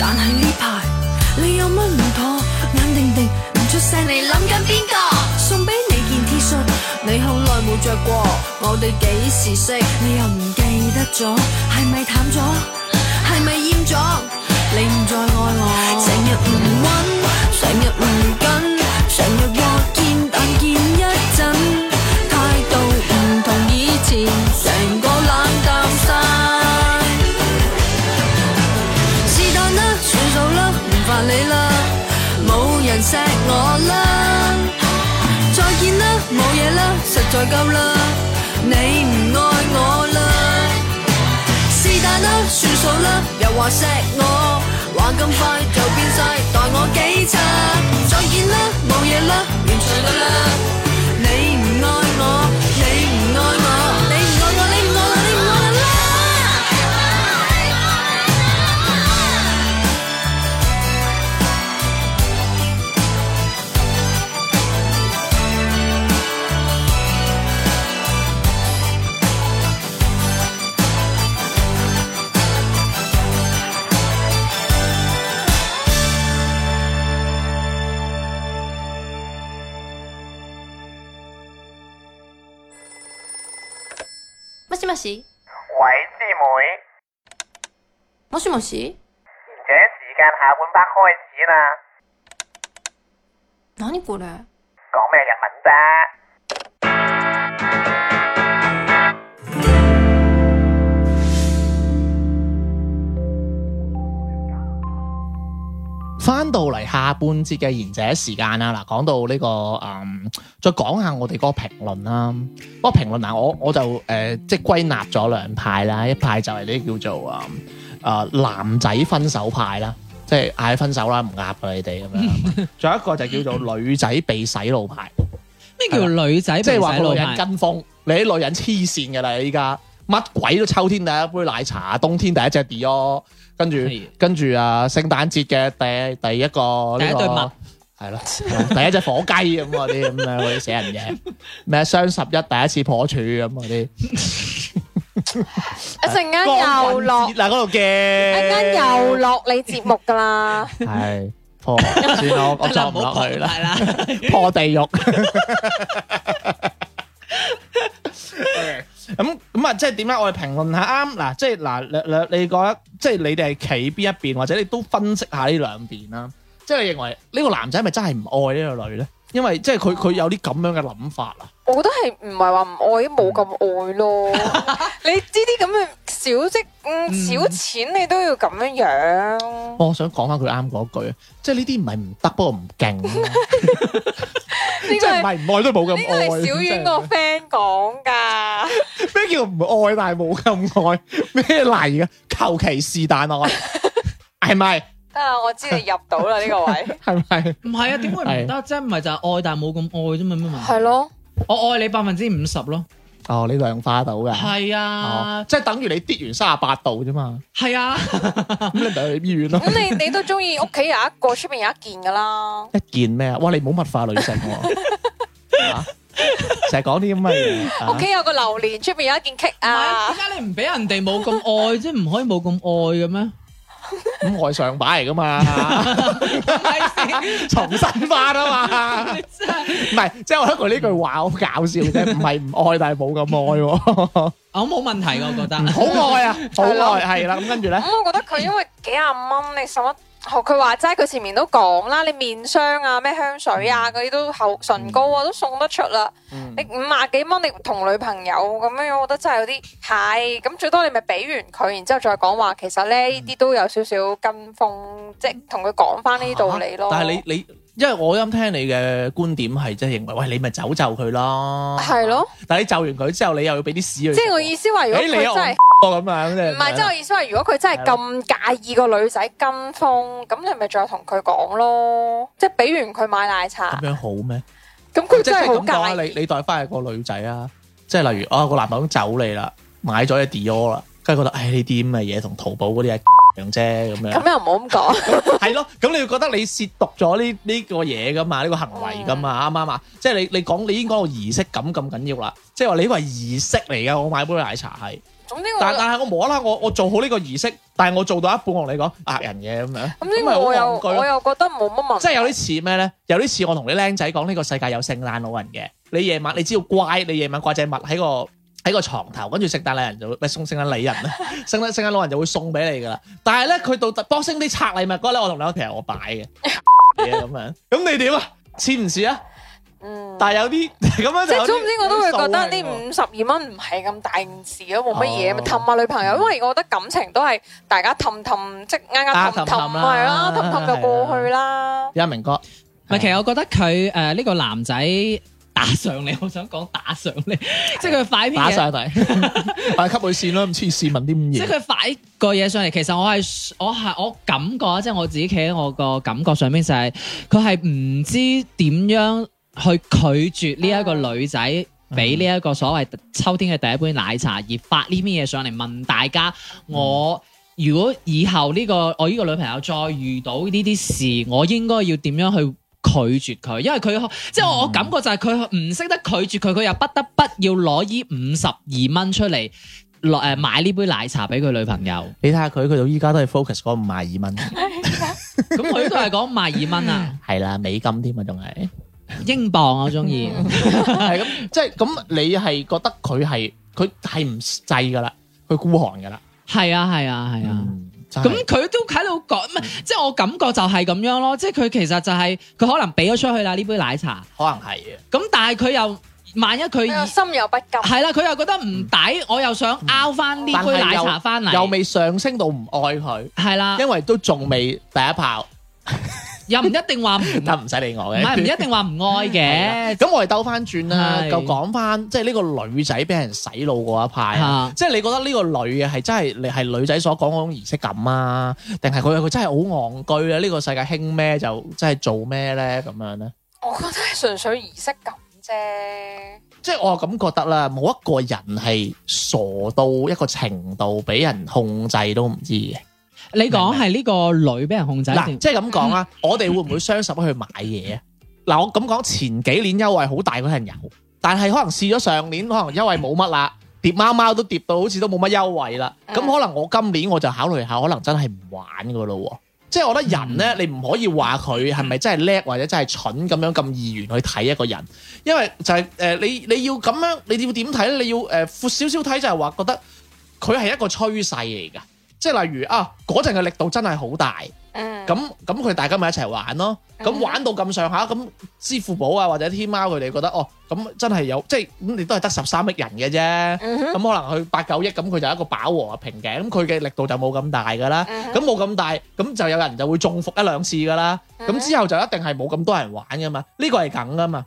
但係呢排你有乜唔妥？眼定定唔出聲，你諗緊邊個？送俾你件 T 恤，你好耐冇着過，我哋幾時識？你又唔記得咗？係咪淡咗？係咪厭咗？你唔再愛我，成日唔穩，成日唔緊，成日話見但見一陣，態度唔同以前，成個冷淡晒。是但啦，算數啦，唔煩你啦，冇人錫我啦。再見啦，冇嘢啦，實在夠啦，你唔愛我啦。是但啦，算數啦，又話錫我，話咁快就變晒，待我幾差。再見啦，冇嘢啦，完場噶啦，你唔愛我，你唔愛我，你唔愛我，你唔愛我，你唔愛我啦。もし
喂，師妹，
もしもし
而且時間下半 part 開始啦，
何これ
講咩日文啫？
翻到嚟下半節嘅賢者時間啦，嗱，講到呢、個嗯，再講下我哋嗰個評論啦。嗰、個評論嗱，我我就誒、呃即係歸納咗兩派啦，一派就係呢啲叫做啊啊、男仔分手派啦，即係嗌分手啦，唔夾㗎你哋咁樣。仲有一個就叫做女仔被洗腦派，
咩叫女仔
即係話個
老
女人跟風，你啲女人黐線㗎啦，依家乜鬼都秋天第一杯奶茶，冬天第一隻 Dior，跟住
係
跟住啊聖誕節嘅第第一個
第一
呢
對
個
襪
係咯，第一隻火雞咁嗰啲咁樣嗰啲死人嘢，咩雙十一第一次破處咁嗰啲，
一陣間又落
光棍節，嗱嗰度
一陣間
嘅，
又落你節目㗎啦。
係破，算啦，我我
啦
撞
唔
唔
好
落去
擴
啦。
大啦，
破地 獄。咁咁啊，即係點咧？我哋評論下啱嗱，即係嗱，你你你覺得即係你哋係企邊一邊，或者你都分析下呢兩邊啦。即係你認為呢個男仔係咪真係唔愛呢個女咧？因為即係佢佢有啲咁樣嘅諗法啊。
我覺得係唔係話唔愛，冇咁愛 咯。你呢啲咁嘅小職、嗯、小錢，你都要咁樣樣。
我想講翻佢啱嗰句，啊即係呢啲唔係唔得，不過唔勁。啊
呢
即
個
係唔
係
係唔愛都冇咁
呢個
愛。啊
係小
真
遠
係
個 friend 講
咩
㗎。
叫唔愛但係冇咁愛？咩嚟嘅？求其是但 愛係咪？
得啦，我知你入到啦呢 個位。
係咪？
唔係啊？點會唔得啫？唔係就係愛，但係冇咁愛啫嘛？咩問題？
係咯，
我愛你百分之五十咯。
哦，你量化到嘅。
係
哦
啊，，
即係等於你跌完三十八度啫嘛，
係啊，
咁你咪去醫 院咯。
咁你你都中意屋企有一個，出邊有一件㗎啦。
一件咩啊？哇！你唔好物化女性喎， 啊成日講啲咁嘅嘢啊
屋。企有個榴蓮，出邊有一件 cake
唔
啊
係。點解你唔俾人哋冇咁愛啫？唔可以冇咁愛嘅咩？
咁外上擺嚟噶嘛，
係先
重新翻啊嘛。
真係
唔係，即係我覺得佢呢句話好搞笑啫，唔係唔愛，但係冇咁愛喎，
我冇問題㗎，我覺得。
好愛啊，好愛係啦。咁跟住咧，
咁哦我覺得佢因為幾廿蚊，你使乜？學佢話齋，佢前面都講啦，你面霜啊、咩香水啊嗰啲都口唇膏啊都送得出啦。
嗯
你五廿幾蚊，你同女朋友咁樣樣，我覺得真係有啲係咁。最多你咪俾完佢，然之後再講話，其實咧呢啲都有少少跟風，即係同佢講翻呢啲道理咯。
啊但係你你，因為我啱聽你嘅觀點係即係認為，喂你咪走就佢咯。
係咯，
但係你就完佢之後，你又要俾啲屎佢食喎。
即係我意思話，如果
誒
佢
你
真
又
係。
我咁樣啫。
唔係，即係我意思話，如果佢真係咁介意個女仔跟風，咁你咪再同佢講咯，即係俾完佢買奶茶
咁，樣好咩？
咁佢
即
真係
係咁講啊！
好介
你
意。
你代翻係個女仔啊，即係例如啊個男朋友走你啦，買咗只 Dior 啦，跟住覺得唉呢啲咁嘅嘢同淘寶嗰啲係 樣啫咁樣，
咁又唔好 咁講，
係咯，咁你會覺得你褻瀆咗呢呢個嘢噶嘛，呢個行為噶
嗯
嘛，啱唔啱啊？即係你你講你已經講到儀式感咁緊要啦，即係話你呢個係儀式嚟噶，我買杯奶茶係，
總之
但
我
但係我無啦啦我我做好呢個儀式，但係我做到一半我同你講呃人嘅咁樣，
咁呢
咪
個
好
我
戇
又
居咯
我又覺得冇乜問
即
題。
係有啲似咩咧？有啲似我同啲僆仔講呢個世界有聖誕老人嘅，你夜晚你只要乖，你夜晚掛隻襪喺個喺個床頭，跟住聖誕禮人就會咪送聖誕禮人啦， 聖誕聖誕老人就會送俾你噶啦。但係咧佢到 boxing 啲拆禮物嗰日咧，我同你講其實我擺 嘅嘢咁樣，咁你點啊？似唔似啊？
嗯，
但係有啲 咁樣
即
就有
係
啲
總之我都會覺得
有啲數喺
呢
度
五十二蚊唔係咁大件事咯，冇乜嘢，
哦
咪氹下女朋友，因為我覺得感情都係大家氹氹，即係啱啱氹
啊氹
氹，
氹啊啦
係啦，氹氹就過去啦。
一明哥，
唔係，其實我覺得佢誒呢個男仔打上嚟，我想講打上嚟，即係佢快啲
打
嘢
晒底， 擺吸佢 線啦，咁黐線問啲
即
咁嘢。
係佢快個嘢上嚟，其實我係我係我感覺，即係我自己企喺我個感覺上面就係佢係唔知點樣去拒絕呢一個女仔。俾呢一個所謂秋天嘅第一杯奶茶，而發呢啲嘢上嚟問大家，我如果以後呢、個我呢個女朋友再遇到呢啲事，我應該要點樣去拒絕佢？因為佢即係我我感覺就係佢唔識得拒絕佢，佢又不得不要攞呢五十二蚊出嚟落誒買呢杯奶茶俾佢女朋友，
你睇下佢，佢到依家都係 focus 嗰五廿二蚊，
咁佢都係講賣二蚊啊，
係啦，美金添啊，仲係。
英鎊我中意，
系咁，即係咁，你係覺得佢係佢係唔制噶啦，佢孤寒噶啦。
係啊係啊係啊。
真係
咁佢都喺度講，唔係即係我感覺就係咁樣咯，即係佢其實就係、佢可能俾咗出去啦呢杯奶茶，
可能係嘅。
咁但係佢又萬一佢
啊
佢又
以
心有不甘，
哎
係啦，佢又覺得唔抵，我又想拗翻呢
但
杯
係
奶
又
茶翻嚟，
又未上升到唔愛佢，
係啦，
因為都仲未第一炮，
又唔一 定話唔唔
得唔使理我嘅。
係唔一定話唔 愛嘅，
啊咁我哋兜翻轉啦，
係
就講翻即係呢個女仔俾人洗腦嗰一派啊
嚇，
即係你覺得呢個女嘅係真係你係女仔所講嗰種儀式感啊，定係佢佢真係好戇居啊？呢個世界興咩就真係做咩咧咁樣咧？
我覺得係純粹儀式感啫。
即係我咁覺得啦，冇一個人係傻到一個程度俾人控制都唔知嘅。
你講係呢個女俾人控制
嗱，
定
即係咁講啊，我哋會唔會雙十一去買嘢啊？嗱，我咁講前幾年優惠好大嗰陣有，但係可能試咗上年，可能優惠冇乜啦，疊貓貓都疊到好似都冇乜優惠啦。咁
嗯
可能我今年我就考慮下，可能真係唔玩噶咯喎。即係我覺得人咧，你唔可以話佢係咪真係叻或者真係蠢咁樣咁二元去睇一個人，因為就係、呃你你要咁樣，你要點睇咧？你要誒、呃、闊少少睇，就係話覺得佢係一個趨勢嚟㗎。即係例如啊，嗰陣嘅力度真係好大。
嗯，
咁咁佢大家咪一齊玩咯。咁
嗯
玩到咁上下，咁支付寶啊或者天貓佢哋覺得哦，咁真係有即係咁你都係得十三億人嘅啫。
嗯
咁
哼
可能佢八九億，咁佢就一個飽和嘅瓶頸，咁佢嘅力度就冇咁大噶啦。
嗯哼
咁冇咁大，咁就有人就會中伏一兩次噶啦。
嗯
咁之後就一定係冇咁多人玩噶嘛，呢個係梗噶嘛。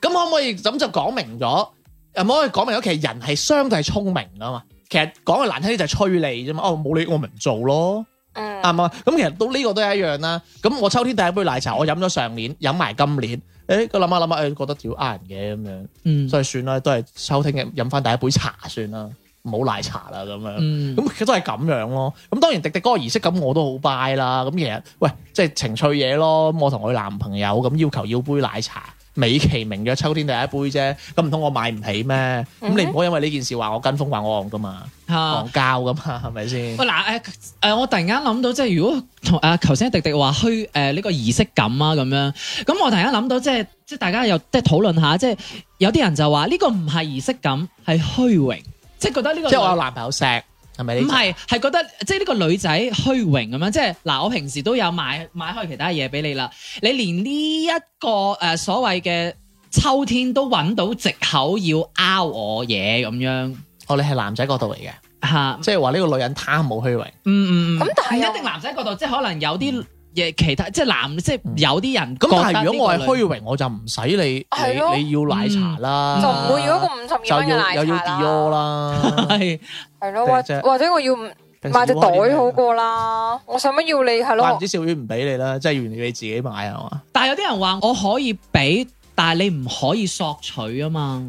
咁可唔可以咁就講明咗？誒，可唔可以講明咗？其實人係相對係聰明噶嘛。其實講句難聽啲就係催你啫嘛。哦，冇你我咪唔做咯。
嗯
啱唔啱？咁其實到呢個都係一樣啦。咁我秋天第一杯奶茶，我飲咗上年，飲埋今年。誒，佢諗下諗下，誒覺得屌呃人嘅咁
嗯
樣，所以算啦，都係秋天嘅飲翻第一杯茶算啦，冇奶茶啦咁樣。
嗯
咁其實都係咁樣咯。咁當然迪迪嗰個儀式感我都好 buy 啦。咁其實喂，即係情趣嘢咯。咁我同佢男朋友咁要求要杯奶茶，美其名曰秋天第一杯啫。咁唔通我買唔起咩？咁你唔好因為呢件事話我跟風話我戇噶嘛，
嚇
戇交噶嘛，係咪先？
喂嗱誒誒，我突然間諗到，即係如果同誒頭先迪迪話虛誒呢個儀式感啊咁樣，咁我突然間諗到，即係即係大家又即係討論下，即係有啲人就話呢個唔係儀式感，係虛榮，即係覺得呢個
即係我有
女
男朋友錫，係咪呢
唔
種？
係係覺得即係呢個女仔虛榮咁樣，即係嗱，我平時都有買買開其他嘢俾你啦，你連呢一個誒所謂嘅秋天都揾到藉口要拗我嘢咁樣
哦，你係男仔角度嚟嘅，
嗯
嚇。
即係話呢個女人貪冇虛榮，
嗯嗯，
咁但係
唔
又
一定男仔角度，即係可能有啲嘢其他，即係
嗯
男，即係有啲人
咁但係如果我係
係
虛，榮，我就唔使你
係咯嗯
你你要奶茶啦，
就唔會要一個五十
就
二蚊嘅
要
奶
又要
茶啦
Dior，啦，
係
係咯，或
定係
或者我要買隻袋好過啦，我使乜要你係
怪唔
咯？
知少魚唔啊俾你啦，即係原來你自己買係嘛？
但係有啲人話我可以俾，但係你唔可以索取啊嘛，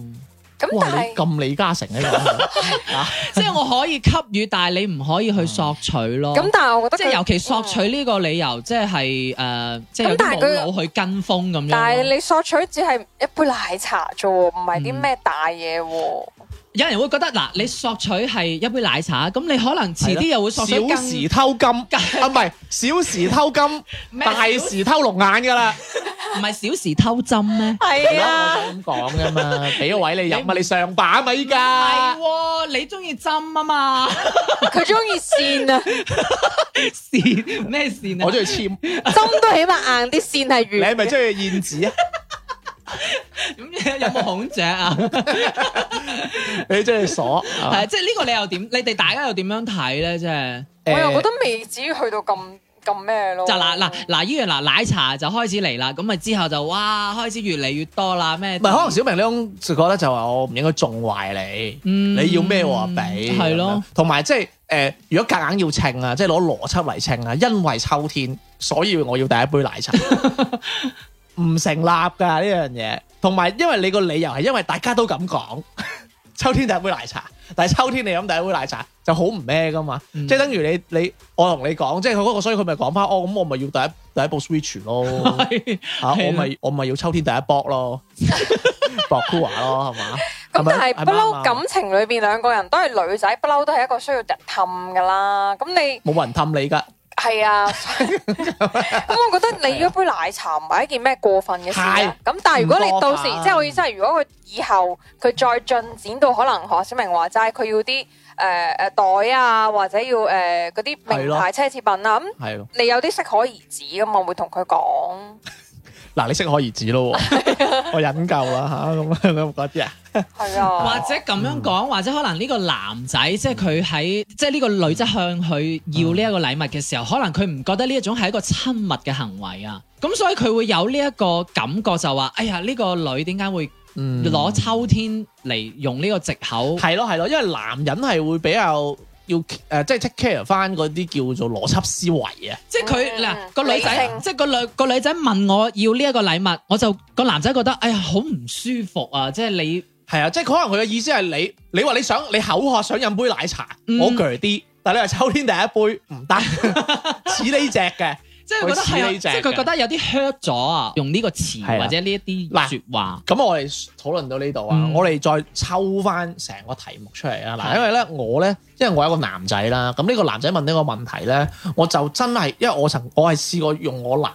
咁
哇！
但
你
係
咁李嘉誠呢 個啊
即係我可以給予，但係你唔可以去索取咯。
咁但係我覺
即
得
係
佢嗯
尤其
哦
索取呢個理由，即係誒，即係有
咁
啲
但係佢
冇腦去跟風咁樣。
但係你索取只係一杯奶茶啫喎，唔係
嗯
啲咩大嘢喎。
有人會覺得嗱，你索取係一杯奶茶，咁你可能遲啲又會索取
小
更
時偷金啊，唔係小時偷金，
咩
大
小
時偷龍眼㗎啦，
唔係小時偷針咩？
係
係
啦，
啊，
我就咁講㗎嘛，俾個位你飲啊，你上把咪依家
係。喎，你中意針 啊嘛？
佢中意線 啊，
線咩線啊？
我中意簽，你
針都起碼硬啲，線係軟嘅。
係咪中意燕子啊？
咁有冇孔雀啊？
你中意鎖？ 啊
係即係呢個你又點？你哋大家又點樣睇咧？即係
哦
我又覺得未至於去到咁咁咩咯。
就嗱嗱嗱呢樣嗱奶茶就開始嚟啦，咁啊之後就哇開始越嚟越多啦咩？
唔係，可能小明呢種就覺得就話我唔應該縱壞你，
嗯
你要咩我話俾，
係咯
咁樣，同埋即係誒，如果夾硬要稱啊，即係攞邏輯嚟稱啊，因為秋天，所以我要第一杯 奶茶，唔成立㗎呢樣嘢，同埋因為你個理由係因為大家都咁講，秋天第一杯奶茶，但係秋天你飲第一杯奶茶就好唔咩㗎嘛，
嗯
即係等於你你我同你講，即係佢嗰個，所以佢咪講翻哦，咁我咪要第一第一部 Switch 咯。
係
吓、
係
啊我
啦
咪我咪要秋天第一搏 咯，搏 cool 咯，係嘛？
咁但係
咪
不
啱
嬲
啊
感情裏邊兩個人都係女仔，不嬲都係一個需要人氹噶啦。咁你
冇人氹你噶，
係啊，咁我覺得你一杯奶茶唔係一件咩過分嘅事
係
啊。咁但係如果你到時
唔過分
即係我意思係，如果佢以後佢再進展到可能何小明話齋，佢要啲誒誒袋啊，或者要誒嗰啲
係
名
咯
牌奢侈品啊，咁
系咯，
你有啲適可而止噶嘛，會同佢講
嗱，你適可而止 咯喎，
啊
我忍夠啦吓，咁樣嗰啲啊，
係啊，
或者咁樣
嗯
講，或者可能呢個男仔即係佢喺即係呢個女仔向佢要呢一個禮物嘅
嗯
時候，可能佢唔覺得呢一種係一個親密嘅行為啊，咁所以佢會有呢一個感覺就話：哎呀，呢、個女點解會
嗯
攞秋天嚟用呢個藉口？
係咯係咯，因為男人係會比較要誒、呃即係 take care 翻嗰啲叫做邏輯思維啊，
即係佢
嗯
嗱個女
理
仔，
性
即係個女個女仔問我要呢一個禮物，我就個男仔覺得哎呀好唔舒服啊！即係你
係啊，即係可能佢嘅意思係你，你話你想你口渴想飲杯奶茶，
嗯
我鋸啲，但係你話秋天第一杯唔 得，似呢只嘅。
即係覺得係
佢似
啊，
呢
即
隻
係佢覺得有啲 hurt 咗啊！用呢個詞
係啊
或者呢一啲
嗱
説話，
咁我哋討論到呢度啊，
啊嗯
我哋再抽翻成個題目出嚟啊！嗱，
係
因為咧我咧，因為我係一個男仔啦，咁呢個男仔問呢個問題咧，我就真係因為我曾我係試過用我男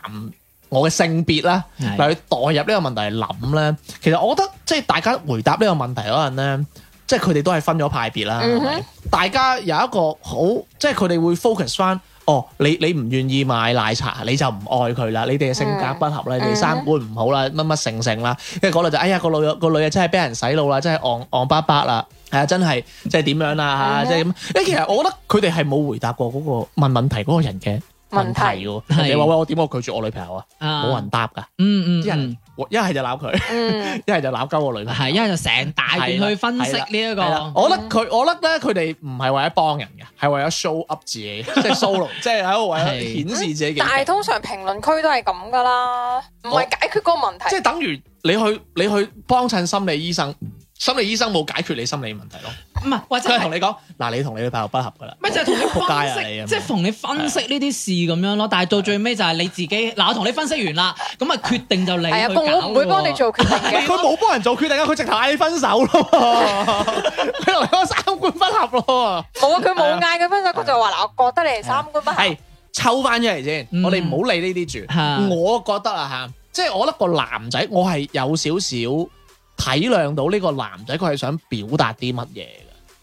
我嘅性別啦
係
嚟去代入呢個問題嚟諗咧，其實我覺得即係大家回答呢個問題嗰陣咧，即係佢哋都係分咗派別啦，係咪
嗯
大家有一個好，即係佢哋會 focus 翻。哦，你你唔願意買奶茶，你就唔愛佢啦，你哋嘅性格
嗯
不合啦，你哋
嗯
三觀唔好啦，乜乜成成啦，跟住嗰度就哎呀個女個女啊真係俾人洗腦啦，真係戇戇巴巴啦，係啊真係即係點樣啦
嗯
嚇，即係咁。誒其實我覺得佢哋係冇回答過嗰個問問題嗰個人嘅問題嘅
問
喎。
題
你話喂我點我拒絕我女朋友啊？
啊
冇人答㗎，
嗯嗯
啲人
嗯，
我一係就鬧佢，
嗯，
一係就鬧鳩我女朋友。
係一係就成大段去分析呢一
係啦
個，
我覺得佢，我覺得咧，佢哋唔係為咗幫人嘅，係為咗 show up 自己， 即係 solo，即係喺度為咗
係
顯示自己幾勁。
但係通常評論區都係咁噶啦，唔係解決個問題
即。係等於你去你去幫襯心理醫生，心理醫生冇解決你心理問題咯，
唔係或者
佢係同
係
你講嗱，你同你女朋友不合噶啦，
咪就係同你
仆街啊你
分析，
咁
即係同你分析呢啲事咁樣咯。但係到最尾就係你自己嗱，我同你分析完啦，咁啊決定就你去
係啊，
搞
父母唔會幫你
喎。
做決定
佢
嘅。
冇幫人做決定啊，佢直頭嗌你分手咯， 佢同你講三觀不合咯，
冇啊，佢冇嗌佢分手，佢就話嗱，我覺得你哋三觀不合。
係抽翻出嚟先，
嗯
我哋唔好理呢啲住，
嚇
我覺得啊嚇，即係我覺得個男仔我係有少少體諒到呢個男仔佢係想表達啲乜嘢嘅。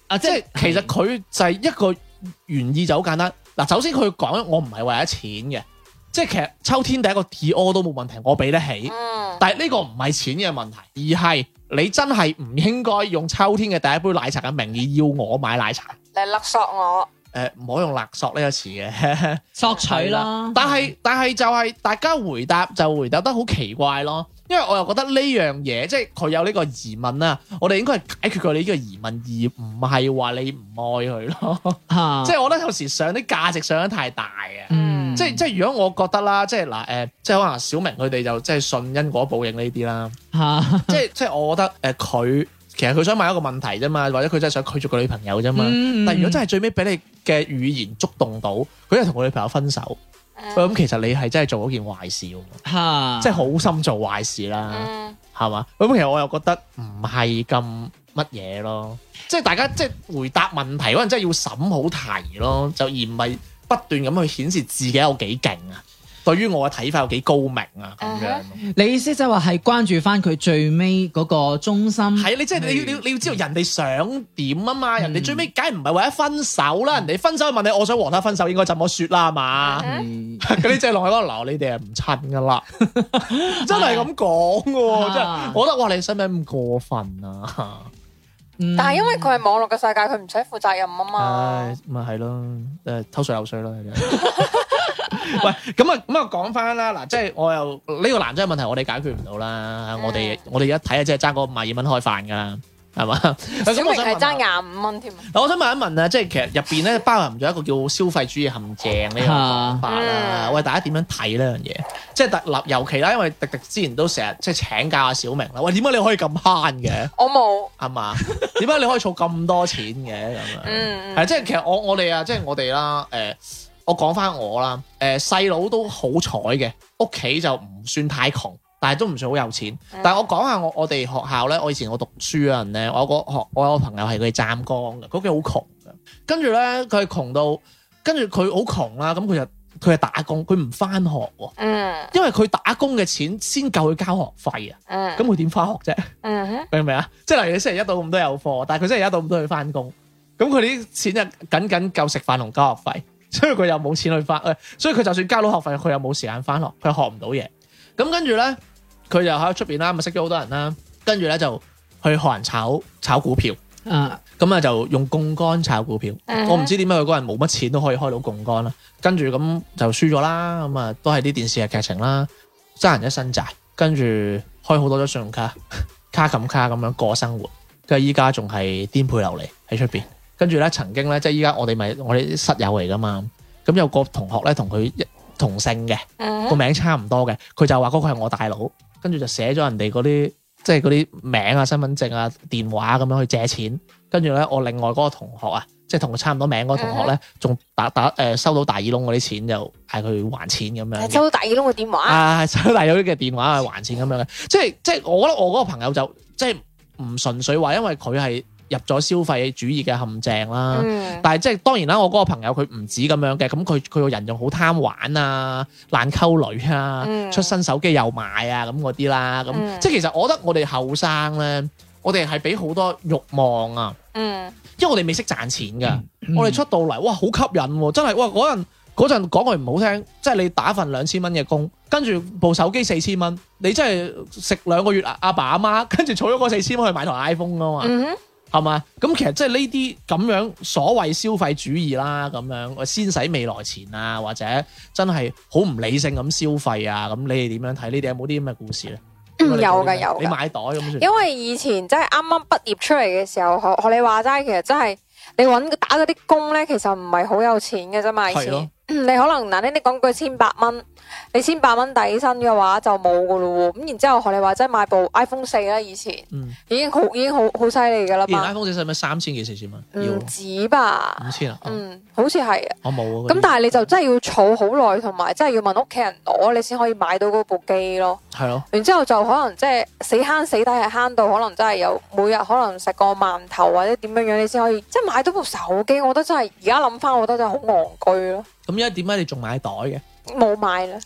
啊，
即係嗯其實佢就係一個原意就好簡單。嗱，首先佢講我唔係為咗錢嘅，即係其實秋天第一個 Dior 都冇問題，我俾得起。
嗯，
但係呢個唔係錢嘅問題，而係你真係唔應該用秋天嘅第一杯奶茶嘅名義要我買奶茶。
嚟勒索我。
誒唔好用勒索呢個詞嘅，
索取啦，
但係但係就係大家回答就回答得好奇怪咯，因為我又覺得呢樣嘢即係佢有呢個疑問啦，我哋應該係解決佢呢個疑問，而唔係話你唔愛佢咯。
嚇，
即係我覺得有時上啲價值上得太大啊！
嗯
即係即係如果我覺得啦，即係嗱誒，即係可能小明佢哋就即係信因果報應呢啲啦。
嚇，
即係即係我覺得誒佢、其實佢想問一個問題啫嘛，或者佢真係想拒絕個女朋友啫嘛。
嗯
但係如果真係最尾俾你嘅語言觸動到，佢係同個女朋友分手，
嗯
喂咁、其實你係真係做咗件壞事
啊
喎，
嚇，
即係好心做壞事啦。
嗯，
係嘛？咁其實我又覺得唔係咁乜嘢咯，即係大家即係回答問題可能真係要審好題咯，就而唔係不斷咁去顯示自己有幾勁啊，對於我嘅睇法有幾高明啊咁樣。
你意思即係話係關注翻佢最尾嗰個中心，
係啊你即係你要你要你要知道人哋想點啊嘛，人哋最尾梗係唔係為咗分手啦，人哋分手問你我想和他分手應該怎麼説啦係嘛？
嗯
嗰啲即係落喺嗰度，嗱你哋係唔襯噶啦，真係咁講嘅喎，真係
啊
我覺得哇你使唔使咁過分啊？
嗯
但係因為佢係網絡嘅世界，佢唔使負責任啊嘛
唉。，咪係咯，誒偷税漏税咯。係嘅 喂，咁啊咁啊，講翻啦，嗱，即係我又呢個男仔嘅問題，我哋解決唔到啦。我哋我哋一睇啊，即係爭嗰五廿二蚊開飯噶啦，係嘛？
小
咁
明
我想
係
問下
爭廿五蚊添啊。
嗱，我想問一問啊，即係其實入邊咧包含咗一個叫消費主義陷阱呢個講法啦。
嗯
喂，大家點樣睇呢樣嘢？即係特立尤其啦，因為迪迪之前都成日即係請教阿小明啦。喂，點解你可以咁慳嘅？
我冇。
啱嘛？點解你可以儲咁多錢嘅咁樣？
嗯
係即係其實我我哋啊，即係我哋啦，誒、我講翻我啦，誒細佬都好彩嘅，屋企就唔算太窮，但係都唔算好有錢。
嗯
但係我講下我我哋學校咧，我以前我讀書嗰陣咧，我有個學我有個朋友係佢哋湛江嘅，嗰佢好窮嘅，跟住咧佢係窮到，跟住佢好窮啦，咁佢就佢係打工，佢唔翻學喎，
嗯
因為佢打工嘅錢先夠佢交學費啊。
嗯
咁佢點翻學啫？
嗯哼
明唔明啊？即係例如你星期一到五都有課，但係佢星期一到五都去翻工，咁佢啲錢就僅僅夠食飯同交學費，所以佢又冇錢去翻，呃所以佢就算交到學費，佢又冇時間翻學，佢學唔到嘢。咁跟住咧，佢就喺出邊啦，咪識咗好多人啦，跟住咧就去學人炒炒股票。
啊，
咁啊就用槓桿炒股票，
嗯哼
我唔知點解佢嗰人冇乜錢都可以開到槓桿啦，跟住咁就輸咗啦，咁啊都係啲電視劇劇情啦，爭人一身債，跟住開好多張信用卡， 卡冚卡咁樣過生活，跟住依家仲係顛沛流離喺出邊，跟住咧曾經咧即係依家我哋咪我哋啲室友嚟噶嘛，咁有個同學咧同佢一同姓嘅，
嗯
個
哼
名差唔多嘅，佢就話嗰個係我大佬，跟住就寫咗人哋嗰啲即係嗰啲名啊、身份證啊、電話咁樣去借錢。跟住咧，我另外嗰個同學啊，即係同佢差唔多名嗰個同學
嗯
咧，仲打打誒、呃收到大耳窿嗰啲錢就嗌佢還錢咁樣
嗯，
嘅。
收大耳窿嘅電話，
啊，收到大耳窿嘅電話去還錢咁樣嘅，即係即係我覺得我嗰個朋友就即係唔純粹話，因為佢係入咗消費主義嘅陷阱啦。
嗯
但係即係當然啦，我嗰個朋友佢唔止咁樣嘅，咁佢佢個人仲好貪玩啊、爛溝女啊、
嗯
出新手機又買啊咁嗰啲啦，咁、
嗯
即係其實我覺得我哋後生咧，我哋係俾好多慾望啊，
嗯
因為我哋未識賺錢㗎，我哋出到嚟哇好吸引喎、真係哇嗰陣嗰陣講句唔好聽，即係你打份兩千蚊嘅工，跟住部手機四千蚊，你真係食兩個月阿阿爸阿媽，跟住儲咗嗰四千蚊去買台 iPhone 㗎嘛。
嗯哼
係嘛？咁其實即係呢啲咁樣所謂消費主義啦，咁樣呃先使未來錢啊，或者真係好唔理性咁消費啊，咁你哋點樣睇？你哋有冇啲咁嘅故事咧？
嗯
你哋
有
做啲
㗎
咩
有㗎
你買袋咁算？
因為以前真係啱啱畢業出嚟嘅時候，學學你話齋，其實真係你揾打嗰啲工咧，其實唔係好有錢嘅啫嘛。以
係咯
前你可能嗱，你你講句千八蚊，你千八蚊底薪嘅話就冇噶咯喎。咁然之後學你話齋買部 iPhone 四啦，以前
嗯，
已經好已經好好犀利噶啦
以前
嘛，
iPhone 四使唔使三千幾四千蚊？要
唔止嗯吧？
五千啊？哦
嗯，好似係啊。
我冇啊。
咁但係你就真係要儲好耐，同埋真係要問屋企人攞，你先可以買到嗰部機咯。
但係咯，
然之後就可能即係死慳死抵，係慳到可能真係有每日可能食個饅頭或者點樣樣，你先可以即係買到部手機。我覺得真係而家諗翻，我覺得真係好戇居咯，
咁而家點解你仲買袋嘅？
冇買啦。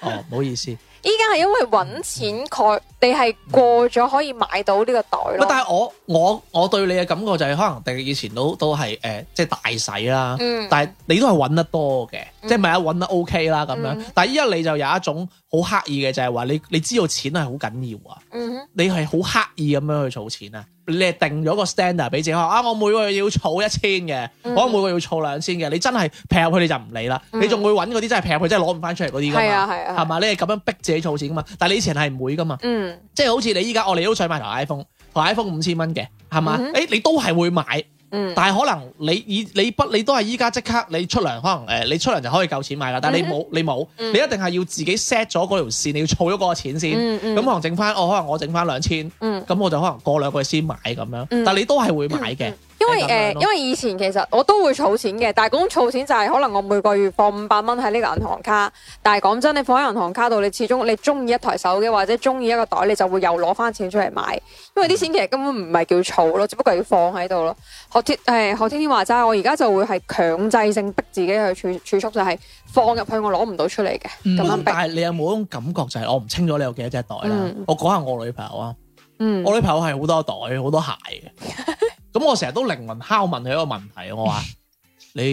哦，唔好意思。
依家係因為揾錢佢，你係過咗可以買到呢個袋
喂
咯。
但係我我我對你嘅感覺就係可能哋以前都都係誒，即係大使啦。
嗯，
但係你都係揾得多嘅，
嗯
即係咪啊揾得 OK 啦咁樣
嗯。
但係依家你就有一種好刻意嘅，就係話你你知道錢係好緊要啊，
嗯哼
你係好刻意咁樣去儲錢啊。你係定咗個 standard 俾自己，啊我每個月要儲一千嘅，
嗯
我每個月要儲兩千嘅。你真係劈入去你就唔理啦，
嗯
你仲會揾嗰啲真係劈入去真係攞唔翻出嚟嗰啲
係
㗎
啊
嘛。
係啊，
係嘛？你係咁樣逼自己儲錢噶嘛？但係你以前係唔會噶嘛？
嗯
即係好似你依家，我哋都想買台 iPhone，台 iPhone 五千蚊嘅，係嘛？
嗯哼
誒，你都係會買，
嗯
但係可能你以你不你都係依家即刻你出糧，可能誒、呃你出糧就可以夠錢買啦。但係你冇你冇，
嗯
你一定係要自己 set 咗嗰條線，你要儲咗嗰個錢先。咁、
嗯嗯
可能剩翻，我、可能我剩翻兩千，
嗯。
咁我就可能過兩個月先買咁樣。
嗯
但係你都係會買嘅，
因為
係咁樣
誒、
咯
因為以前其實我都會儲錢嘅，但係嗰種儲錢就係可能我每個月放五百蚊喺呢個銀行卡，但係講真，你放喺銀行卡度，你始終你中意一台手機或者中意一個袋，你就會又攞翻錢出嚟買，因為啲錢其實根本唔係叫儲咯，只不過係要放喺度咯。學
嗯
天誒、學天天話齋，我而家就會係強制性逼自己去儲儲蓄，就係、放入去我攞唔到出嚟嘅
嗯
咁樣
咁但
逼。
係你有冇嗰種感覺就係我哦唔清楚你有幾多隻袋啦？
嗯
我講下我女朋友啊，
嗯
我女朋友係好多袋好多鞋嘅，咁我成日都靈魂拷問佢一個問題，我話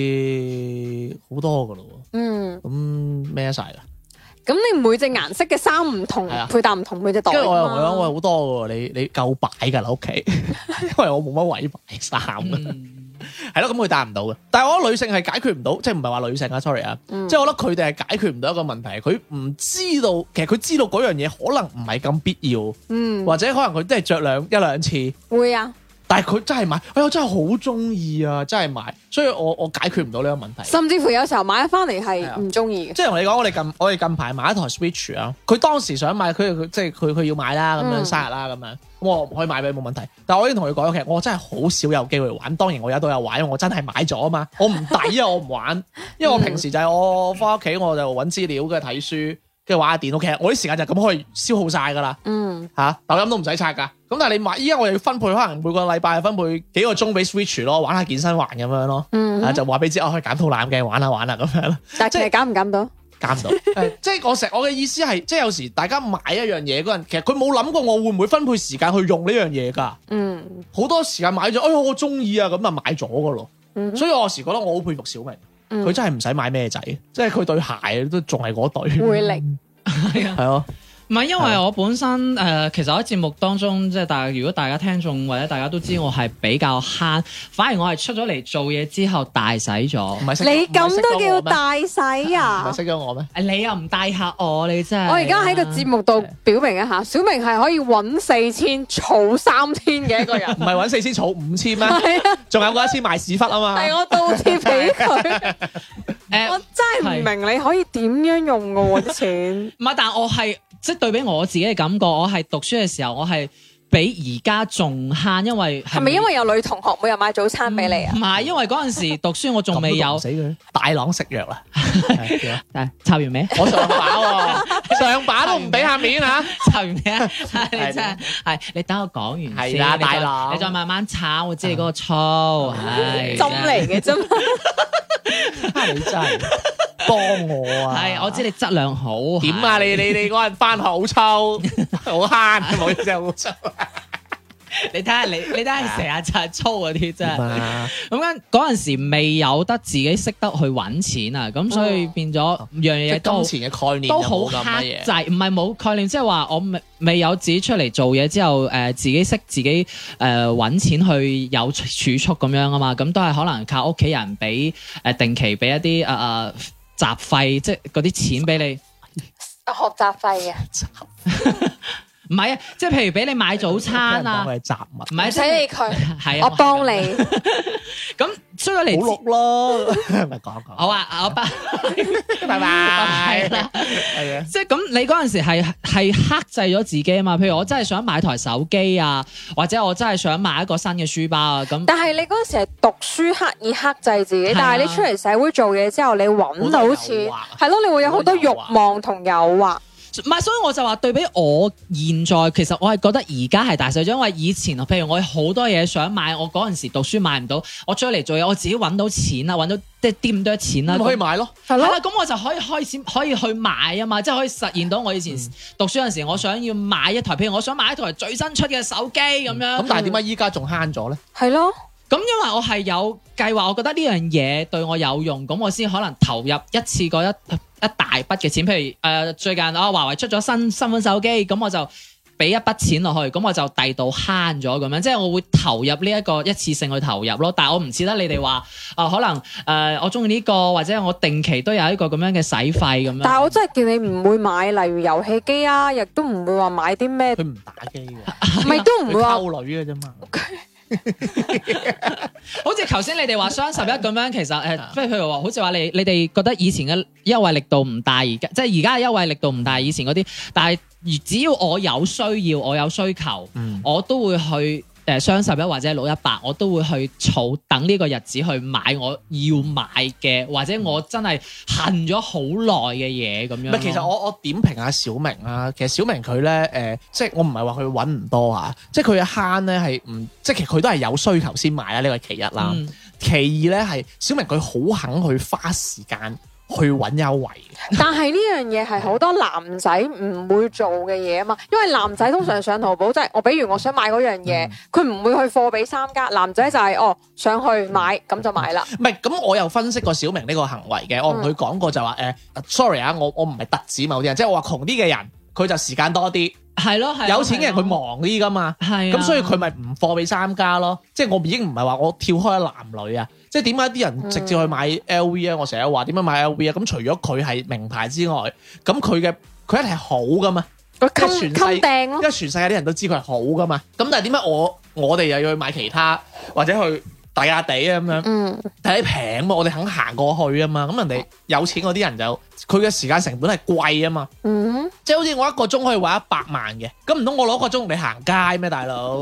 你好多噶咯
嗯，
喎，咁孭晒㗎？
咁你每隻顏色嘅衫唔同
係啊，
配搭唔同每隻袋
跟
㗎
住我又同佢講，
嘛。
喂好多喎，你你夠擺㗎啦屋企， 因為我冇乜位擺衫嘅，
嗯
係咯，咁佢答唔到嘅。但係我覺得女性係解決唔到，即係唔係話女性啊，sorry 啊，
嗯
即係我覺得佢哋係解決唔到一個問題，佢唔知道，其實佢知道嗰樣嘢可能唔係咁必要，
嗯，
或者可能佢真係着兩一兩次，
會啊。
但係佢真係買，哎呀我真係好中意啊，真係買，所以我我解決唔到呢個問題。
甚至乎有時候買翻嚟
係啊
係唔中意嘅。
即係同你講，我哋近我哋近排買一台 Switch 啊，佢當時想買，佢佢即係佢佢要買啦，咁樣
嗯
生日啦，咁樣，咁我可以買俾佢冇問題。但係我已經同佢講，其實我真係好少有機會玩。當然我而家都有玩，因為我真係買咗啊嘛，我唔抵啊，我唔玩，因為我平時就係我翻屋企我就揾資料嘅睇書。跟住玩下電腦。其實我啲時間就咁可以消耗晒㗎啦。
嗯，
吓、抖音都唔使刷噶。咁但係你買，依家我又要分配，可能每個禮拜分配幾個鐘俾 Switch 咯，玩下健身環咁樣咯。
嗯
啊，就話俾你知，我可以減肚腩嘅，玩下玩下咁 樣，
但係其實減唔減到？
減唔到。誒即係我成我嘅意思係，即係有時大家買一樣嘢嗰陣，其實佢冇諗過我會唔會分配時間去用呢樣嘢㗎。
嗯
好多時間買咗，哎呀我中意啊，咁啊買咗㗎咯。
嗯
所以我有時覺得我好佩服小明，
嗯
佢真係唔使買咩仔，即係佢對鞋都仲係嗰對。
嗯會力
係啊。
係咯，
唔係，因為
係
我本身誒、呃其實喺節目當中，即係大如果大家聽眾或者大家都知我係比較慳，反而我係出咗嚟做嘢之後大洗咗
唔。係識
你咁都叫
大？
大洗
唔
啊
係？識咗我咩？
誒你又唔帶下我，你真係。
我而家喺個節目度表明一下，小明係可以揾四千、儲三千嘅一個人。
唔係揾四千儲五千咩？
係啊，
仲有嗰一千賣屎忽啊嘛。
係我倒貼俾 佢。
嗯誒
我真係唔明你可以點樣用我啲錢。
唔係，但我係即係對比我自己嘅感覺，我係讀書嘅時候，我係比而家仲慳，因為
係咪因為有女同學每日買早餐俾你啊
唔？係，因為嗰陣時讀書我仲
咁都
未
毒唔
有
死。佢，大郎食藥啦。係啊
誒插 完未？
我上把喎，上把都唔俾下面啊！
插 完未啊？係你真係係你等我講完先。
係啦
你再
大佬哦
你再慢慢炒，我知你嗰個粗係
針
啊
嚟嘅啫嘛，
你真係幫我啊！
係我知你質量好。
點啊？你你你嗰陣翻學好抽，好慳，冇嘢好抽。
你睇下你你睇下成日就係粗嗰啲真係。
啊！
咁跟嗰陣時未有得自己識得去揾錢啊，咁所以變咗樣
即
嘢都好
係金錢嘅概念
都
就
好
冇
克
咁乜嘢。
制，唔係冇概念，即係話我未未有自己出嚟做嘢之後，誒、自己識自己誒揾、錢去有儲蓄咁樣啊嘛，咁都係可能靠屋企人俾誒、呃定期俾一啲誒誒雜費，即係嗰啲錢俾你。
學習費嘅，啊
唔係啊，即係譬如俾你買早餐啊，
我係雜物，
唔
唔
係
使理佢，
係啊，
我幫你。
咁出咗嚟
好
之。
錄咯，咪講講。
好啊，我拜
拜拜。
係啦。
係啊。
即係咁，你嗰陣時係係克制咗自己啊嘛。譬如我真係想買台手機啊，或者我真係想買一個新嘅書包啊。咁
但係你嗰陣時係讀書刻意克制自己，
係啊
但係你出嚟社會做嘢之後，你揾
好
到
多
錢
誘惑
係咯，你會有好多慾望同誘惑。
唔係，所以我就話對比我現在，其實我係覺得而家係大細咗，因為以前譬如我有好多嘢想買，我嗰陣時讀書買唔到，我出嚟做嘢，我自己揾到錢啦，揾到即係掂到錢啊啦。
咁可以
咁
買咯，
係啦，咁我就可以開始可以去買啊嘛，即係可以實現到我以前
嗯
讀書嗰陣時，我想要買一台，譬如我想買一台最新出嘅手機咁樣。
嗯咁但係點解依家仲慳咗咧？
係咯，
咁因為我係有計劃，我覺得呢樣嘢對我有用，咁我先可能投入一次過一一大筆嘅錢。譬如誒、呃最近啊，華為出咗新新款手機，咁我就俾一筆錢落去，咁我就第度慳咗咁樣，即係我會投入呢一個一次性去投入咯。但係我唔似得你哋話啊，可能誒、呃我中意呢個，或者我定期都有一個咁樣嘅使費咁
嗯
樣。
但係我真係見你唔會買，例如遊戲機啊，亦都唔會話買啲 咩，
佢唔打機喎，
唔係都唔
佢
會話
啊溝女嘅啫嘛。
好似頭先你哋話雙十一咁樣，其實誒，
啊
即係譬如話，好似話你你哋覺得以前嘅優惠力度唔大，而家即係而家嘅優惠力度唔大，以前嗰啲，但係而只要我有需要，我有需求，
嗯
我都會去誒雙十一或者六一八，我都會去儲等呢個日子去買我要買嘅，或者我真係恨咗好耐嘅嘢咁
嗯
樣
唔
咯。
係，其實我我點評下小明啦。其實小明佢咧誒，即係我唔係話佢揾唔多啊，即係佢嘅慳咧係唔，即係其實佢都係有需求先買啦。呢個係其一啦。
嗯
其二咧係小明佢好肯去花時間去揾優惠嘅，
但係呢樣嘢係好多男仔唔會做嘅嘢啊嘛，因為男仔通常上淘寶即係我，比如我想買嗰樣
嗯
嘢，佢唔會去貨比三家，男仔就係、哦上去買咁 就買啦，
唔係咁我又分析過小明呢個行為嘅，我
嗯
同佢講過就話誒、sorry 啊，我我唔係特指某啲人，即係我話窮啲嘅人佢就時間多啲，
係咯，係咯啊
有錢嘅人佢，忙啲噶嘛。
係啊
咁所以佢咪唔貨俾三家咯，即係我已經唔係話我跳開男女啊，即係點解啲人直接去買 LV 啊？我成日話點樣買 LV 啊？咁除咗佢係名牌之外，咁佢嘅佢一定係好噶嘛，
佢
即係
襟
全世
襟掟
因
咯，
為全世界啲人都知佢係好噶嘛。咁但係點解我我哋又要去買其他或者去大笪地啊咁樣？
嗯。
但係你平嘛，我哋肯行過去啊嘛。咁人哋有錢嗰啲人就佢嘅時間成本係貴啊嘛。
嗯，
即即係好似我一個鐘可以玩一百萬嘅，咁唔通我攞個鐘同你行街咩，大佬？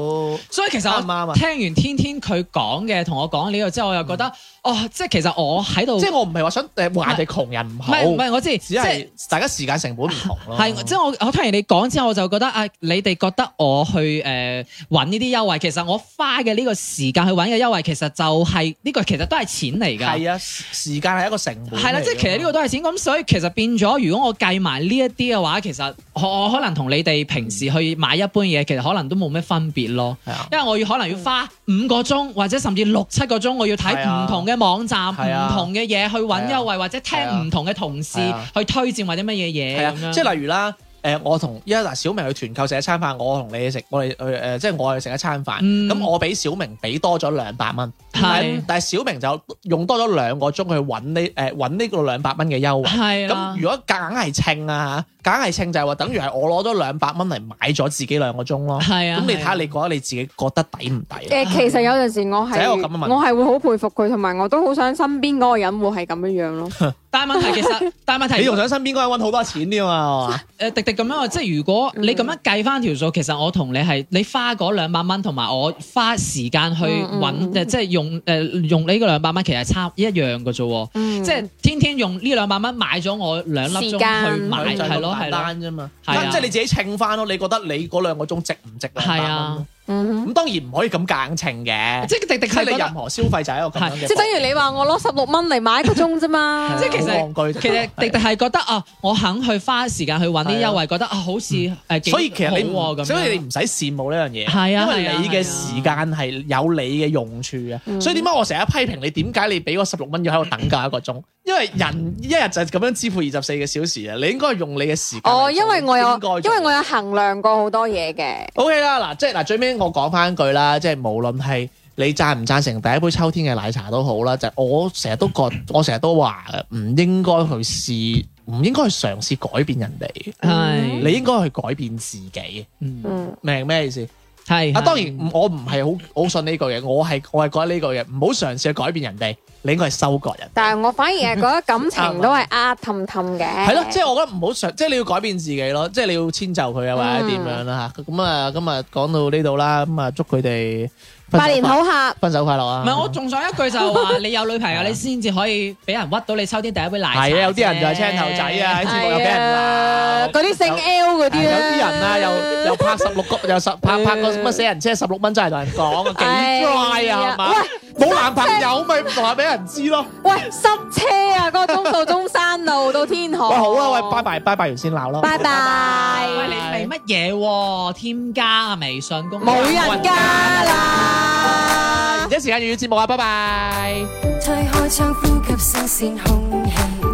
所以其實
啱唔啱
我
啊
聽完天天佢講嘅，同我講呢個之後，我又覺得，哦，即係其實我喺
嗯
度，
即係
唔
我唔係話想誒話人哋窮哦人唔好，
係唔係，我知，
只
即係
係哦大家時間成本唔同咯。
係，即係我我聽完你講之後，我就覺得啊，你哋覺得我去誒揾呢啲優惠，其實我花嘅呢個時間去揾嘅優惠，其實就係、呢、個其實都係錢嚟㗎。
係啊，時時間係一個成本嚟㗎嘛。
係啦，即係其實呢個都係錢，咁所以其實變咗，如果我計埋呢一啲嘅話，其實我我可能同你哋平時去買一般嘢，其實可能都冇咩分別咯。
係啊
因為我要可能要花五個鐘，或者甚至六七個鐘，我要睇
嗯係啊
唔同嘅網站、
係啊
唔同嘅嘢去揾優
係
惠，或者
係啊
聽唔同嘅同事
係啊
去推薦或者乜嘢
係
嘢
啊
咁樣。，
即係例如啦，誒我同依家嗱小明去團購食一餐飯，我同你食，我哋去誒即係我去食一餐飯，
嗯
咁我比小明俾多咗兩百蚊，
係
但係小明就用多咗兩個鐘去揾呢誒揾呢個兩百蚊嘅優惠。
係啦
咁。如果夾硬係稱啊嚇，夾硬係稱就係話等於係我攞咗兩百蚊嚟買咗自己兩個鐘咯。
係啊
咁你
係啊
睇下你覺得你自己覺得抵唔抵 啊？
誒，其實有陣時我
就
係
係一個咁嘅問題
我係會好佩服佢，同埋我都好想身邊嗰個人會係咁樣 樣咯。
但係問題其實，但係問題啊
你仲想身邊嗰個人揾好多錢啊啲嘛？係嘛
誒滴滴咁樣，即係如果
嗯
你咁樣計翻條數，其實我同你係你花嗰兩百蚊，同埋我花時間去
嗯
揾，即係用誒、呃用呢個兩百蚊，其實係差一樣嘅啫喎。
嗯
即係天天用呢兩百蚊買咗我兩粒鐘
時間
去買，
就
係
係
咯
咁
係
簡
咯，
單啫嘛。即
係啊
係你自己稱翻咯，你覺得你嗰兩個鐘值唔值兩百
係
蚊
啊
咯？
嗯哼
咁當然唔可以咁硬稱嘅，
即係滴滴
即係
係
你
覺
任
得，
何消費就係啊一個咁樣嘅，
即係等於你話我攞十六蚊嚟買一個鐘 啫嘛，
即係其實
實
其 實滴滴係覺得啊，我肯去花時間去揾啲優
係
惠，覺得啊好似誒幾
所以其實你
好喎啊
唔
咁
所以你
樣
唔使羨慕呢樣嘢，
係啊
因為
係啊嗯
你嘅時間係有你嘅用處嘅。所以點解我成日批評你點解你俾嗰十六蚊要喺度等價一個鐘？因為人一日就係咁樣支付二十四個小時啊！你應該用你嘅時間嚟做。
哦，因為我有
應該做
因為我有衡量過好多嘢嘅，
O K 啦，嗱，即係嗱，最尾我講翻句啦，即係無論係你贊唔贊成第一杯秋天嘅奶茶都好啦，就係我成日都覺，我成日都話嘅唔應該去試，唔應該去嘗試改變人哋，
係
你應該去改變自己，
嗯
嗯，
明咩意思？
係
啊，
係
當然唔我唔係好好信呢句嘢，我係我係覺得呢句嘢唔好嘗試去改變人哋，你應該係收割人哋。
但係我反而係覺得感
啱啊
情都係呃氹氹嘅，
係咯，即係我覺得唔好嘗，即係你要改變自己咯，即係你要遷就佢啊，或者點樣啦嚇。咁啊，今日講到呢度啦，咁啊，祝佢哋分手
百年
快
好合，
分手快樂啊！
唔係，我仲想一句就係話，你有女 朋友你先至可以俾人屈到你秋天第一杯奶茶。
係啊，有啲人就係青頭仔啊，喺節目又俾人鬧
嗰啲姓 L 嗰啲
有
咧，
啲人啊，又又拍十六個，又十拍拍個乜死人車十六蚊真係同人講啊，幾 dry 啊，係嘛？冇男朋友咪話俾人知咯。
喂，塞車啊！嗰個中到中山路到天河，
喂，好啊，喂，拜拜，拜拜完先鬧咯。
拜拜，
喂，你你乜嘢喎？添加啊微信公眾
冇人加啦。
一時間粵語節目啊，拜拜。
推開窗呼吸新鮮空氣，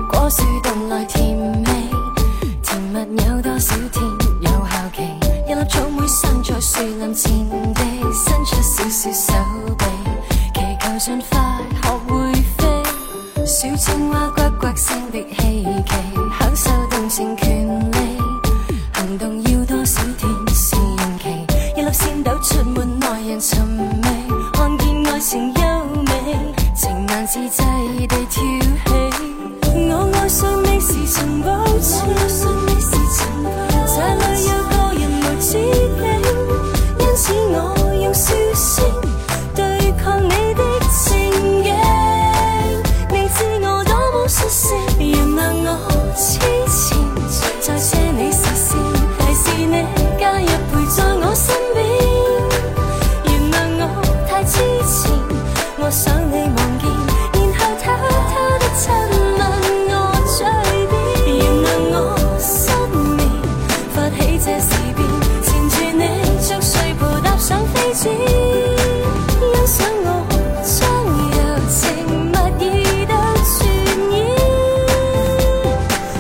果樹凍來甜味，甜蜜有多少天有效期？一粒草莓生在樹林前地，伸出小小手臂，祈求盡快學會飛。小青蛙呱呱聲的稀奇，享受動情權利，行動要多少天試用期？一粒鮮豆出門耐人尋味。看見愛情優美，情難自制地跳起。我愛上你時曾保證，愛上你時曾這裏有個人無知己，因此我用書聲對抗你的情景。明知我多麼失色，原諒我痴纏，在車你視線，提示你加入陪在我身邊。原諒我太痴纏，我想你望見，然後偷偷的親吻我嘴邊。原諒我失眠，發起這事變，纏住你着睡袍踏上飛氈，欣賞我將柔情蜜意都傳染。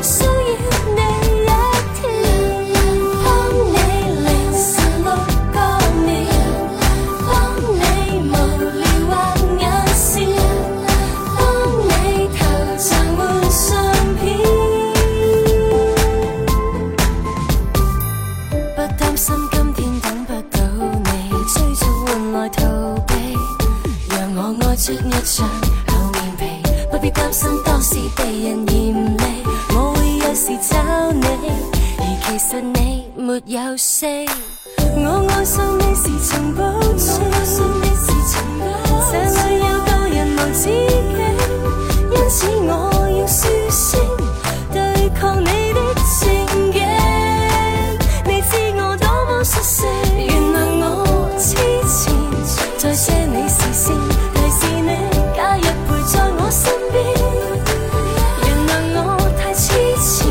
需要你一天，幫你凌晨六個面，幫你無聊畫眼線，幫你頭像換相片。不擔心今天等不到你，追逐換來逃避，讓我愛出一張厚面皮，不必擔心當時被人嫌棄，我會有時找你，而其其實你沒有死。我愛上你時曾保證，這裏有個人無止境，因此我要説聲對抗你的情景。你知我多麼率性，原諒我痴纏，再些你視線，提示你假若陪在我身邊。原諒我太痴纏，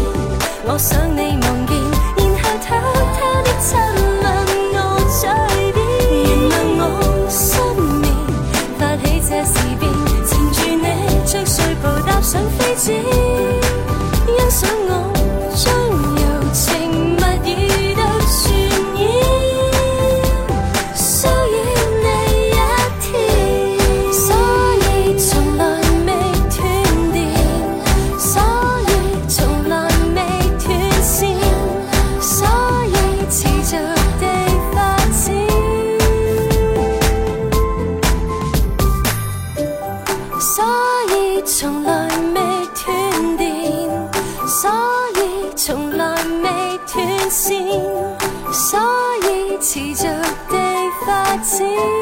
我想你望見，然後偷偷的親吻我嘴邊。原諒我失眠，發起這事變，纏住你着睡袍踏上飛氈，欣賞我將柔情蜜語都渲染。需要你一天，所以從來未斷電，所以從來未斷線，所以持續地發展，所以從來未斷電，所以從來未斷線。所以持續地發展。